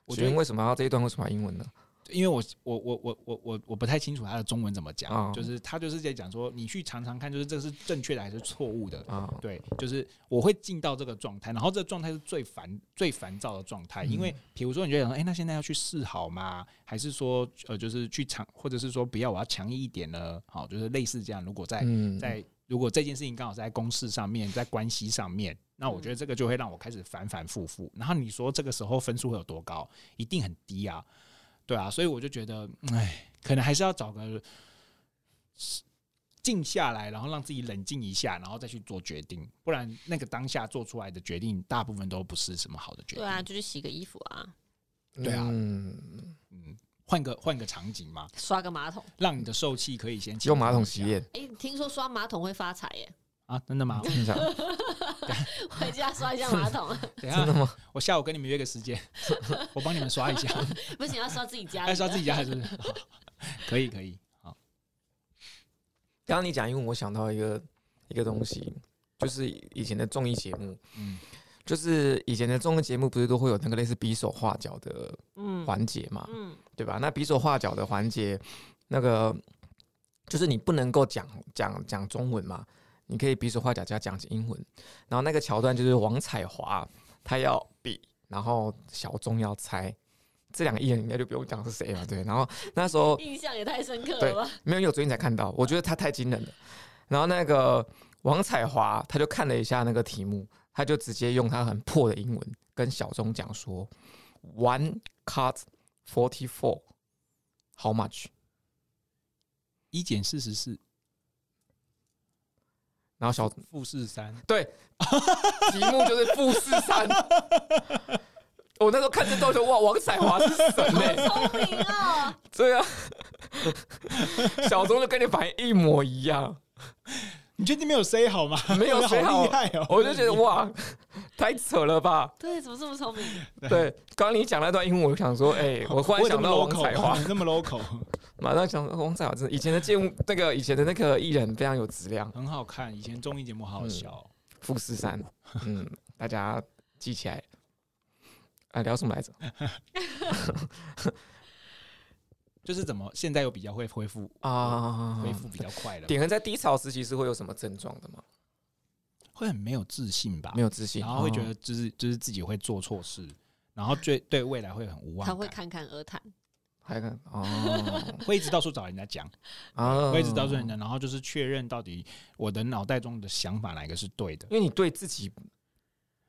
S3: 我
S2: 觉
S3: 觉得
S2: 得，
S3: 为什么要这一段为什么要英文呢？
S2: 因为我我我我我我我不太清楚它的中文怎么讲，
S3: 哦
S2: 就是它就是在讲说你去尝尝看，就是这是正确的还是错误的。
S3: 啊，
S2: 对，就是我会进到这个状态，然后这个状态是最烦、最烦躁的状态，因为比如说你就想说，哎、那现在要去试好吗？还是说，呃，就是去强，或者是说不要，我要强硬一点呢？好，就是类似这样。如果在、
S3: 嗯
S2: 在如果这件事情刚好是在公事上面，在关系上面，那我觉得这个就会让我开始反反复复。然后你说这个时候分数会有多高？一定很低啊，对啊，所以我就觉得，哎，可能还是要找个静下来，然后让自己冷静一下，然后再去做决定，不然那个当下做出来的决定，大部分都不是什么好的决定。
S4: 对啊，就去洗个衣服啊，
S2: 对啊
S3: 嗯，
S2: 嗯，换个换个场景嘛，
S4: 刷个马桶。
S2: 让你的受气可以先
S3: 用马桶洗脸
S4: 哎、听说刷马桶会发财耶、
S2: 啊，真的吗？
S3: 真的假的
S4: 回家刷一下马桶，
S2: 等一下，真的吗？我下午跟你们约个时间， 我帮你们刷一下，
S4: 不行要刷自己家
S2: 爱
S4: 里
S2: 刷
S4: 的。
S2: 自己家 是不是？好可以可以，好，
S3: 刚刚你讲英文，我想到一个一个东西，就是以前的综艺节目，
S2: 嗯
S3: 就是以前的综艺节目不是都会有那个类似比手画脚的
S4: 嗯
S3: 环节嘛，
S4: 嗯
S3: 对吧？那比手画脚的环节，那个就是你不能够讲讲讲中文嘛，你可以比手画脚加讲英文。然后那个桥段就是王彩华他要比，然后小钟要猜，这两个艺人应该就不用讲是谁了，对。然后那时候
S4: 印象也太深刻
S3: 对
S4: 了吧？
S3: 没有，因为我昨天才看
S4: 嗯
S3: 到，我觉得他太惊人了。然后那个王彩华，他就看了一下那个题目，他就直接用他很破的英文跟小钟讲说：“One cut forty four, how much？”
S2: 一减四十四，
S3: 然后小
S2: 负四三，
S3: 对 题目就是负四三。 我那时候看这都觉得哇，王彩华是神嘞、
S4: 聪明哦，
S3: 对啊， 小钟就跟你反应一模一样。
S2: 你确定没有 say 好吗？
S3: 没有 say 好
S2: 好厉害哦！
S3: 我就觉得哇，太扯了吧！
S4: 对，怎么这么聪明？
S3: 对，刚刚你讲那段英文，我想 说，哎、我忽然想到王彩华，
S2: 那么 local，
S3: 马上想到王彩华，真的以前的节目，那个以前的那个艺人非常有质量，
S2: 很好看。以前综艺节目好好笑哦，
S3: 富士山，嗯，大家记起来。啊，聊什么来着？
S2: 就是怎么现在又比较会恢复，
S3: 啊，
S2: 恢复比较快了，
S3: 点恒在低潮时期是会有什么症状的吗？
S2: 会很没有自信吧？
S3: 没有自信，
S2: 然后会觉
S3: 哦
S2: 得就是就是自己会做错事，然后对对未来会很无望
S4: 他
S2: 感，
S4: 会侃侃而谈，
S3: 还有个 哦
S2: 会一直到处找人家讲，
S3: 啊，
S2: 会一直到处找人家，然后就是确认到底我的脑袋中的想法哪一个是对的。
S3: 因为你对自己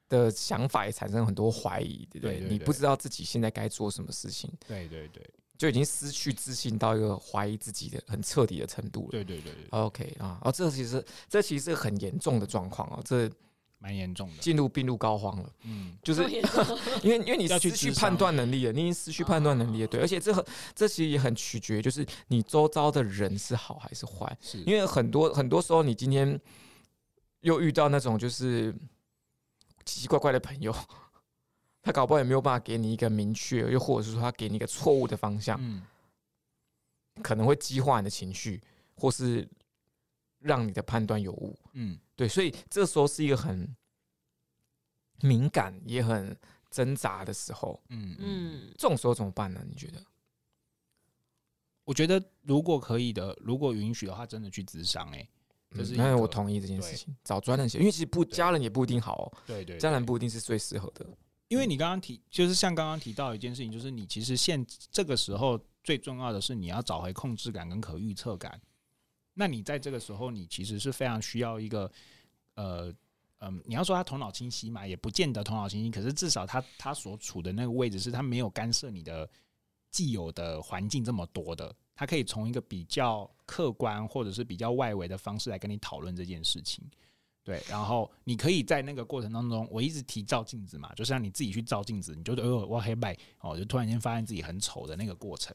S3: 的想法也产生很多怀疑，对不
S2: 对对
S3: 你
S2: 对
S3: 不知道自己现在该做什么事情，
S2: 对对对
S3: 就已经失去自信到一个怀疑自己的很彻底的程度了。
S2: 对对对对，
S3: OK 啊，哦，这其实这其实是很严重的状况哦，这
S2: 蛮严重的。
S3: 进入病入膏肓了，
S2: 嗯，
S3: 就
S4: 这
S3: 是
S4: 么严重
S3: 因为因为你
S2: 要去
S3: 失去
S2: 咨商
S3: 判断能力了，你已经失去判断能力了，对，而且这很这其实也很取决，就是你周遭的人是好还是坏，
S2: 是
S3: 因为很多很多时候你今天又遇到那种就是奇奇怪怪的朋友， 他搞不好也没有办法给你一个明确，又或者是说他给你一个错误的方向，
S2: 嗯
S3: 可能会激化你的情绪，或是让你的判断有误。
S2: 嗯，
S3: 对，所以这时候是一个很敏感也很挣扎的时候。
S2: 嗯嗯，
S4: 嗯，
S3: 这种时候怎么办呢？你觉得？
S2: 我觉得如果可以的，如果允许的话，真的去咨商哎、这是一
S3: 嗯哎
S2: 个
S3: 我同意这件事情，找专人写，因为其实不
S2: 对
S3: 家人也不一定好、哦，
S2: 对对
S3: 家人不一定是最适合的。
S2: 因为你刚刚提，就是像刚刚提到一件事情，就是你其实现这个时候最重要的是你要找回控制感跟可预测感。那你在这个时候，你其实是非常需要一个呃。嗯，你要说他头脑清晰嘛，也不见得头脑清晰，可是至少他他所处的那个位置是他没有干涉你的既有的环境这么多的，他可以从一个比较客观或者是比较外围的方式来跟你讨论这件事情。对，然后你可以在那个过程当中，我一直提照镜子嘛，就像你自己去照镜子，你就觉得哦，我黑白哦，就突然间发现自己很丑的那个过程。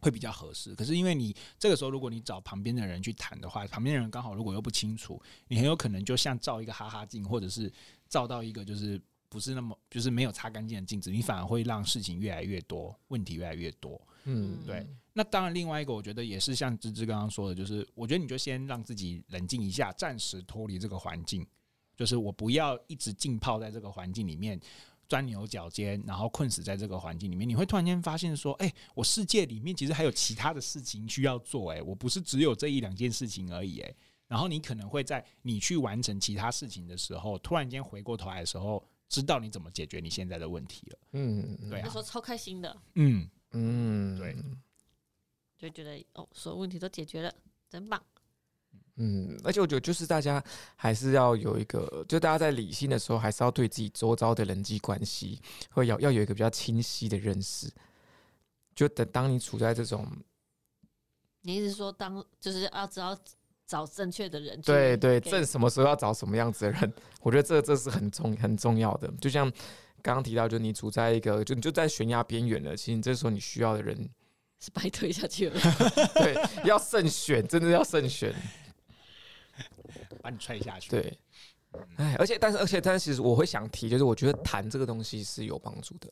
S2: 会比较合适，可是因为你这个时候，如果你找旁边的人去谈的话，旁边的人刚好如果又不清楚，你很有可能就像照一个哈哈镜，或者是照到一个就是不是那么就是没有擦干净的镜子，你反而会让事情越来越多，问题越来越多。
S3: 嗯，
S2: 对，那当然，另外一个我觉得也是像芝芝刚刚说的，就是我觉得你就先让自己冷静一下，暂时脱离这个环境，就是我不要一直浸泡在这个环境里面。钻牛角尖，然后困死在这个环境里面，你会突然间发现说：“哎、我世界里面其实还有其他的事情需要做、哎，我不是只有这一两件事情而已、哎，然后你可能会在你去完成其他事情的时候，突然间回过头来的时候，知道你怎么解决你现在的问题了。
S3: 嗯，
S2: 对
S4: 那
S2: 啊
S4: 时候超开心的，
S2: 嗯，
S3: 嗯，
S2: 对，
S4: 就觉得哦，所有问题都解决了，真棒。
S3: 嗯，而且我觉得就是大家还是要有一个，就大家在理性的时候，还是要对自己周遭的人际关系会要要有一个比较清晰的认识。就等当你处在这种
S4: 你意思是说当就是要只要找正确的人去
S3: 对对
S4: 给
S3: 正什么时候要找什么样子的人，我觉得这这是很重很重要的。就像刚刚提到，就你处在一个就你就在悬崖边缘了，其实你这时候你需要的人，
S4: 是白推 下去了。
S3: 对，要慎选，真的要慎选。
S2: 把你踹下去。，
S3: 对，哎，而且但是而且但是，其实我会想提，就是我觉得谈这个东西是有帮助的，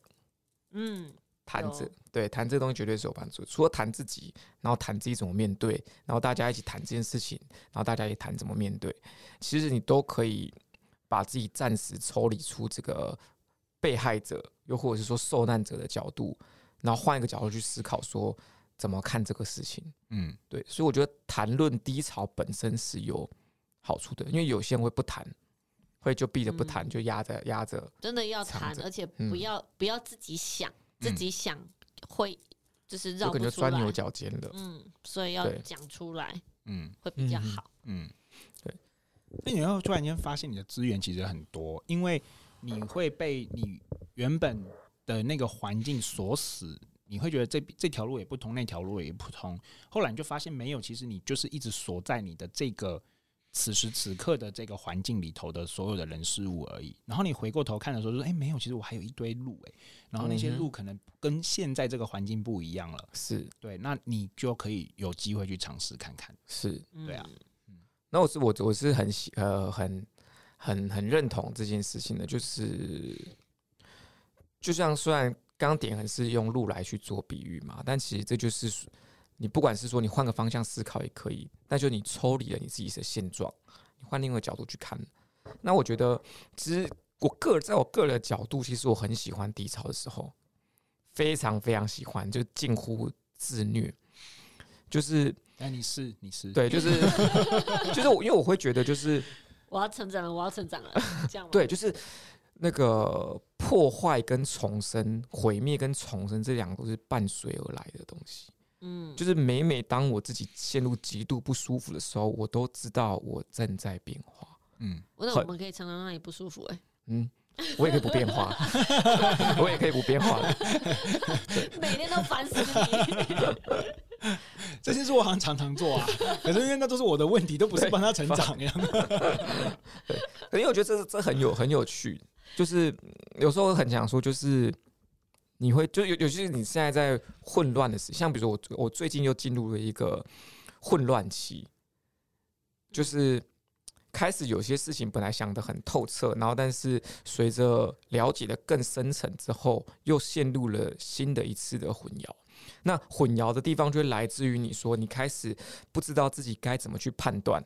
S4: 嗯，
S3: 谈
S4: 有
S3: 这对谈这个东西绝对是有帮助。除了谈自己，然后谈自己怎么面对，然后大家一起谈这件事情，然后大家也谈怎么面对，其实你都可以把自己暂时抽离出这个被害者，又或者是说受难者的角度，然后换一个角度去思考说怎么看这个事情。
S2: 嗯，
S3: 对，所以我觉得谈论低潮本身是有好处的，因为有些人会不谈，会就避着不谈，
S4: 嗯
S3: 就压着压着。
S4: 真的要
S3: 藏
S4: 谈，
S3: 着
S4: 而且
S3: 嗯
S4: 不要、不要自己想，自己想会就是
S3: 就
S4: 绕
S3: 可
S4: 不
S3: 能就
S4: 出
S3: 钻牛
S4: 来。
S3: 角尖了。
S4: 嗯，所以要
S3: 对
S4: 讲出来
S2: 嗯
S4: 会比较
S3: 嗯
S4: 好。
S2: 嗯，
S3: 对。
S2: 那你要突然间发现你的资源其实很多，因为你会被你原本的那个环境锁死，你会觉得这这条路也不通，那条路也不通。后来你就发现没有，其实你就是一直锁在你的这个此时此刻的这个环境里头的所有的人事物而已。然后你回过头看的时候，就说：“哎、没有，其实我还有一堆路哎、然后那些
S3: 嗯哼
S2: 路可能跟现在这个环境不一样了。
S3: 是
S2: 对，那你就可以有机会去尝试看看。
S3: 是，
S4: 嗯、
S2: 对啊，
S3: 那我是我我是很喜呃很很很认同这件事情的，就是就像虽然刚刚点很是用路来去做比喻嘛，但其实这就是说你不管是说你换个方向思考也可以，那就你抽离了你自己的现状，你换另外一个角度去看。那我觉得，其实我个在我个人的角度，其实我很喜欢低潮的时候，非常非常喜欢，就近乎自虐，就是
S2: 哎、你是你是
S3: 对，就是就是我，因为我会觉得就是
S4: 我要成长了，我要成长 了，这样吗
S3: 对，就是那个破坏跟重生、毁灭跟重生这两个都是伴随而来的东西。
S4: 嗯，
S3: 就是每每当我自己陷入极度不舒服的时候，我都知道我正在变化。
S2: 嗯。
S4: 我那
S3: 很
S4: 我们可以常常让你不舒服哎、
S3: 嗯，我也可以不变化， 我也可以不变化的。
S4: 每天都烦死你。
S2: 这件事我好像常常做 啊，可是因为那都是我的问题，都不是帮他成长呀。
S3: 因为我觉得这是这很有很有趣，就是嗯有时候很想说，就是你会就有有些你现在在混乱的时，像比如说我我最近又进入了一个混乱期，就是开始有些事情本来想得很透彻，然后但是随着了解的更深层之后，又陷入了新的一次的混淆。那混淆的地方就会来自于你说你开始不知道自己该怎么去判断。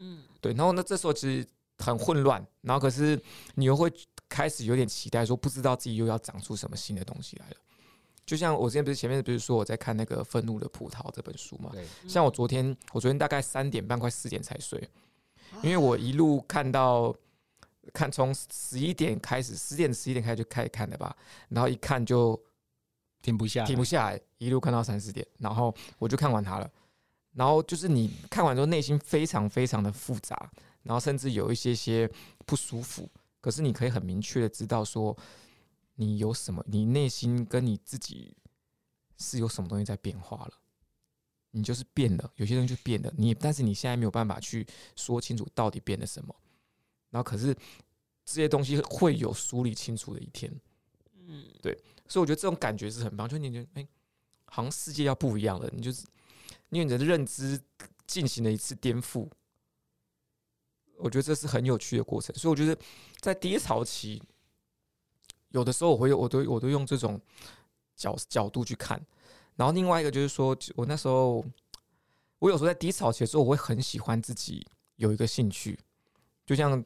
S4: 嗯，
S3: 对，然后那这时候其实很混乱，然后可是你又会开始有点期待，说不知道自己又要长出什么新的东西来了。就像我之前不是前面不是说我在看那个《愤怒的葡萄》这本书嘛，
S2: 对，
S4: 嗯
S3: 像我昨天，我昨天大概三点半快四点才睡，因为我一路看到看从十一点开始，十点十一点开始就开始看的吧，然后一看就
S2: 停不下来，
S3: 停不下来，一路看到三四点，然后我就看完它了。然后就是你看完之后，内心非常非常的复杂，然后甚至有一些些不舒服。可是你可以很明确的知道说，你有什么，你内心跟你自己是有什么东西在变化了。你就是变了，有些东西就变了。你但是你现在没有办法去说清楚到底变了什么。然后可是这些东西会有梳理清楚的一天。
S4: 嗯，
S3: 所以我觉得这种感觉是很棒，就你觉得哎、好像世界要不一样了，你就是因为你的认知进行了一次颠覆，我觉得这是很有趣的过程。所以我觉得在低潮期，有的时候我会用我都我都用这种角角度去看，然后另外一个就是说我那时候我有时候在低潮期的时候，我会很喜欢自己有一个兴趣，就像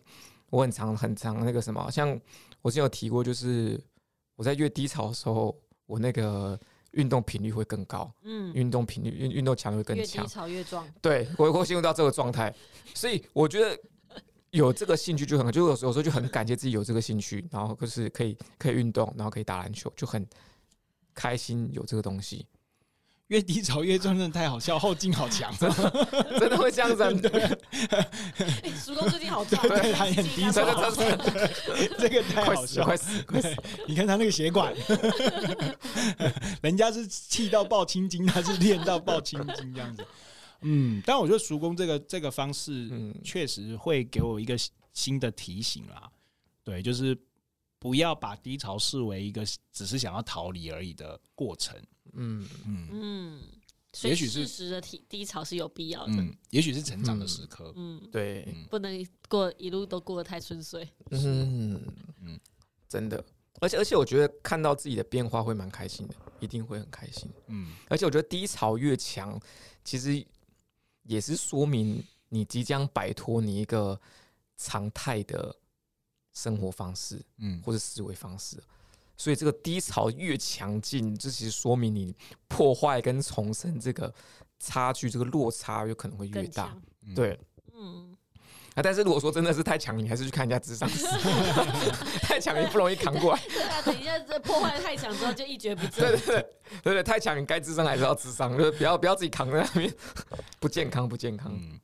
S3: 我很常很常那个什么，像我之前有提过，就是我在越低潮的时候，我那个运动频率会更高，
S4: 嗯，
S3: 运动频率运运动强度会更
S4: 越低
S3: 强。
S4: 潮越 壮。
S3: 对我我进入到这个状态，所以我觉得有这个兴趣就很好，就有时候有时候就很感谢自己有这个兴趣，然后就是可以可以运动，然后可以打篮球，就很开心有这个东西，
S2: 越低潮越壮，真的太好笑，后劲好 强。
S3: 真的会这样子啊、
S4: 哎，叔公最近好壮，
S2: 对他也很 低
S3: 真
S2: 潮
S3: 的 真的
S2: 这个太
S3: 快
S2: 好
S3: 死
S2: 笑
S3: 了啊快。死了快死了！
S2: 你看他那个血管， 人家是气到爆青筋，他是练到爆青筋这样子。嗯，但我觉得熟工这个这个方式，
S3: 嗯，
S2: 确实会给我一个新的提醒啦。对，就是不要把低潮视为一个只是想要逃离而已的过程。
S3: 嗯，
S2: 嗯，
S4: 嗯，所以
S2: 也许是
S4: 适时的低低潮是有必要的。
S2: 嗯，也许是成长的时刻，
S4: 嗯，
S3: 对，
S2: 嗯
S4: 不能过一路都过得太顺遂。
S3: 嗯
S2: 嗯
S3: 嗯，真的。而且而且，我觉得看到自己的变化会蛮开心的，一定会很开心。
S2: 嗯
S3: 而且我觉得低潮越强，其实也是说明你即将摆脱你一个常态的生活方式
S2: 嗯
S3: 或者思维方式。所以这个低潮越强劲，这其实说明你破坏跟重生这个差距，这个落差有可能会越
S4: 更
S3: 大
S4: 强。。
S2: 嗯
S3: 对，
S4: 嗯，
S3: 啊，但是如果说真的是太强，你还是去看一下智商师， 太强你不容易扛过来。
S4: 对啊，等一下这破坏太强之后就一蹶不
S3: 对
S4: 振。
S3: 对对对对，太强你该智商还是要智商，就是不要不要自己扛在那边，不健康不健康。
S2: 嗯，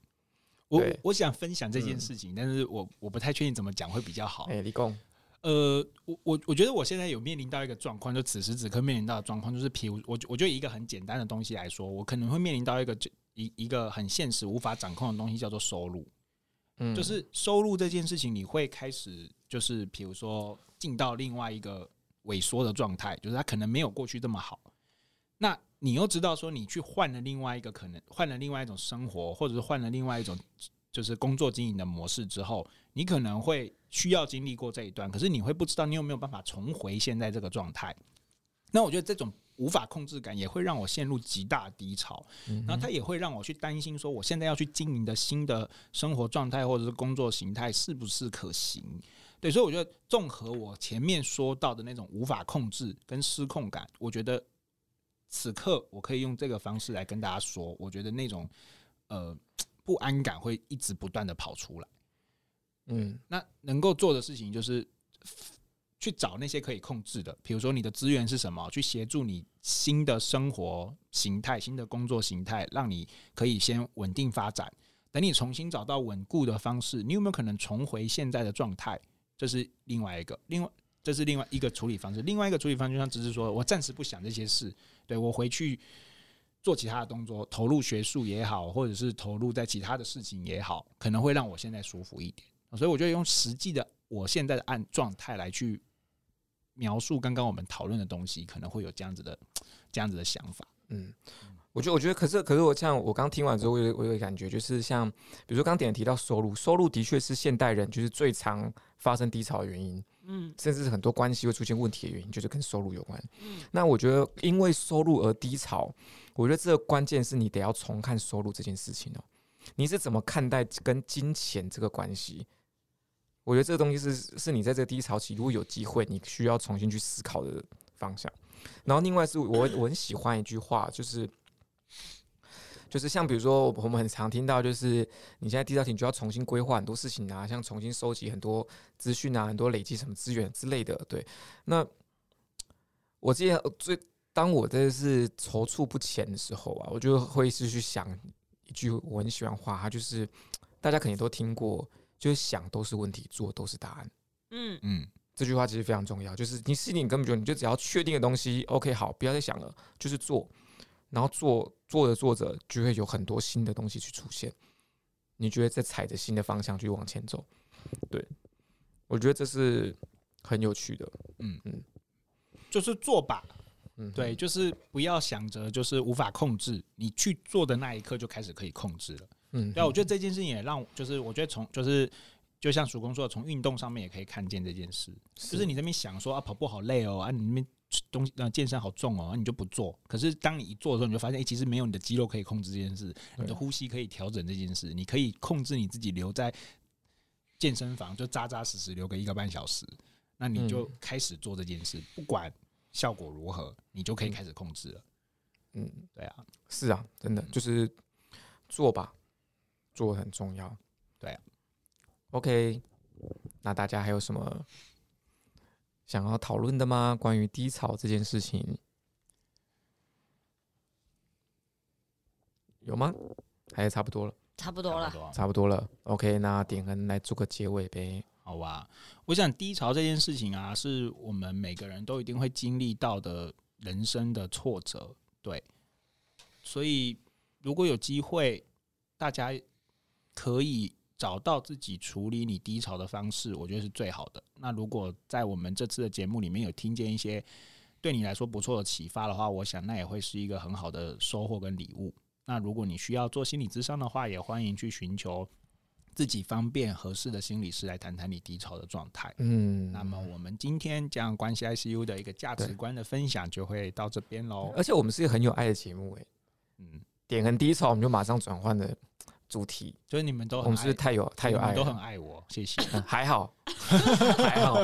S2: 我
S3: 对
S2: 我想分享这件事情，但是我我不太确定怎么讲会比较好。
S3: 哎、李工，
S2: 呃，我我我觉得我现在有面临到一个状况，就此时此刻面临到的状况，就是比如我我就以一个很简单的东西来说，我可能会面临到一个就一一个很现实无法掌控的东西，叫做收入。
S3: 嗯
S2: 就是收入这件事情，你会开始就是比如说进到另外一个萎缩的状态，就是它可能没有过去这么好。那你又知道说你去换了另外一个可能，换了另外一种生活，或者是换了另外一种就是工作经营的模式之后，你可能会需要经历过这一段，可是你会不知道你有没有办法重回现在这个状态。那我觉得这种无法控制感也会让我陷入极大的低潮。
S3: 嗯
S2: 然后它也会让我去担心，说我现在要去经营的新的生活状态或者是工作形态是不是可行？对，所以我觉得综合我前面说到的那种无法控制跟失控感，我觉得此刻我可以用这个方式来跟大家说，我觉得那种呃不安感会一直不断的跑出来。
S3: 嗯
S2: 那能够做的事情就是去找那些可以控制的，比如说你的资源是什么，去协助你新的生活形态、新的工作形态，让你可以先稳定发展。等你重新找到稳固的方式，你有没有可能重回现在的状态？这是另外一个，另外这是另外一个处理方式。另外一个处理方式，就像芝芝说的，我暂时不想这些事，对我回去做其他的动作，投入学术也好，或者是投入在其他的事情也好，可能会让我现在舒服一点。所以我就用实际的我现在的按状态来去描述刚刚我们讨论的东西，可能会有这样子的这样子的想法。
S3: 嗯，我觉得我觉得，可是可是我像我刚听完之后，我有我有感觉，就是像比如说刚点提到收入，收入的确是现代人就是最常发生低潮的原因。
S4: 嗯
S3: 甚至是很多关系会出现问题的原因，就是跟收入有关。
S4: 嗯
S3: 那我觉得，因为收入而低潮，我觉得这个关键是你得要重看收入这件事情哦。你是怎么看待跟金钱这个关系？我觉得这个东西是是你在这个低潮期，如果有机会，你需要重新去思考的方向。然后另外是我我很喜欢一句话，就是就是像比如说我们很常听到，就是你现在低潮期你就要重新规划很多事情啊，像重新收集很多资讯啊，很多累积什么资源之类的。对，那我记得呃最当我真的是踌躇不前的时候啊，我就会是去想一句我很喜欢话，它就是大家肯定都听过，就是想都是问题，做都是答案。
S4: 嗯
S2: 嗯
S3: 这句话其实非常重要，就是你事情根本就你就只要确定的东西，OK，好，不要再想了，就是做，然后做做着做着就会有很多新的东西去出现，你觉得在踩着新的方向去往前走，对，我觉得这是很有趣的，
S2: 嗯嗯
S3: 嗯，
S2: 就是做吧，
S3: 嗯，
S2: 对，就是不要想着就是无法控制，你去做的那一刻就开始可以控制了。
S3: 嗯，
S2: 对啊，我觉得这件事情也让，就是我觉得从就是就像曙光说的，从运动上面也可以看见这件事，就是你这边想说啊跑步好累哦，啊你那边东西啊健身好重哦，啊你就不做。可是当你一做的时候，你就发现，哎、其实没有你的肌肉可以控制这件事，你的
S3: 对啊
S2: 呼吸可以调整这件事，你可以控制你自己留在健身房就扎扎实实留个一个半小时，那你就
S3: 嗯
S2: 开始做这件事，不管效果如何，你就可以开始控制了。
S3: 嗯，
S2: 对啊，
S3: 是啊，真
S2: 嗯
S3: 的就是做吧，做很重要。
S2: 对啊
S3: OK，那大家还有什么想要讨论的吗？关于低潮这件事情，有吗？还是差不多了，
S4: 差不多
S2: 差
S4: 了
S2: 不。多啊
S3: 差不多了。OK，那点恩来做个结尾呗。
S2: 好吧，我想低潮这件事情啊，是我们每个人都一定会经历到的人生的挫折，对。所以如果有机会，大家可以找到自己处理你低潮的方式，我觉得是最好的。那如果在我们这次的节目里面有听见一些对你来说不错的启发的话，我想那也会是一个很好的收获跟礼物。那如果你需要做心理咨商的话，也欢迎去寻求自己方便合适的心理师来谈谈你低潮的状态。
S3: 嗯
S2: 那么我们今天这样关系 ICU 的一个价值
S3: 对
S2: 观的分享就会到这边喽。
S3: 而且我们是一个很有爱的节目哎，
S2: 嗯，
S3: 点很低潮，我们就马上转换的主题，
S2: 所以你们都
S3: 我
S2: 很
S3: 们是不
S2: 爱
S3: 是，太有太有
S2: 你
S3: 爱
S2: 们都很
S3: 了？
S2: 爱我，谢 谢。
S3: 嗯还好，还好，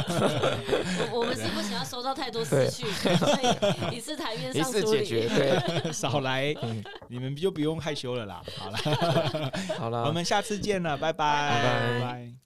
S4: 我我们是不想要收到太多私讯，所以一次台面
S3: 一
S4: 上
S3: 次
S4: 处
S3: 解
S4: 理。
S3: 决，对，
S2: 少来，
S3: 嗯
S2: 你们就不用害羞了啦。好了，
S3: 好了，
S2: 我们下次见了，拜拜，
S3: 拜拜
S2: 拜。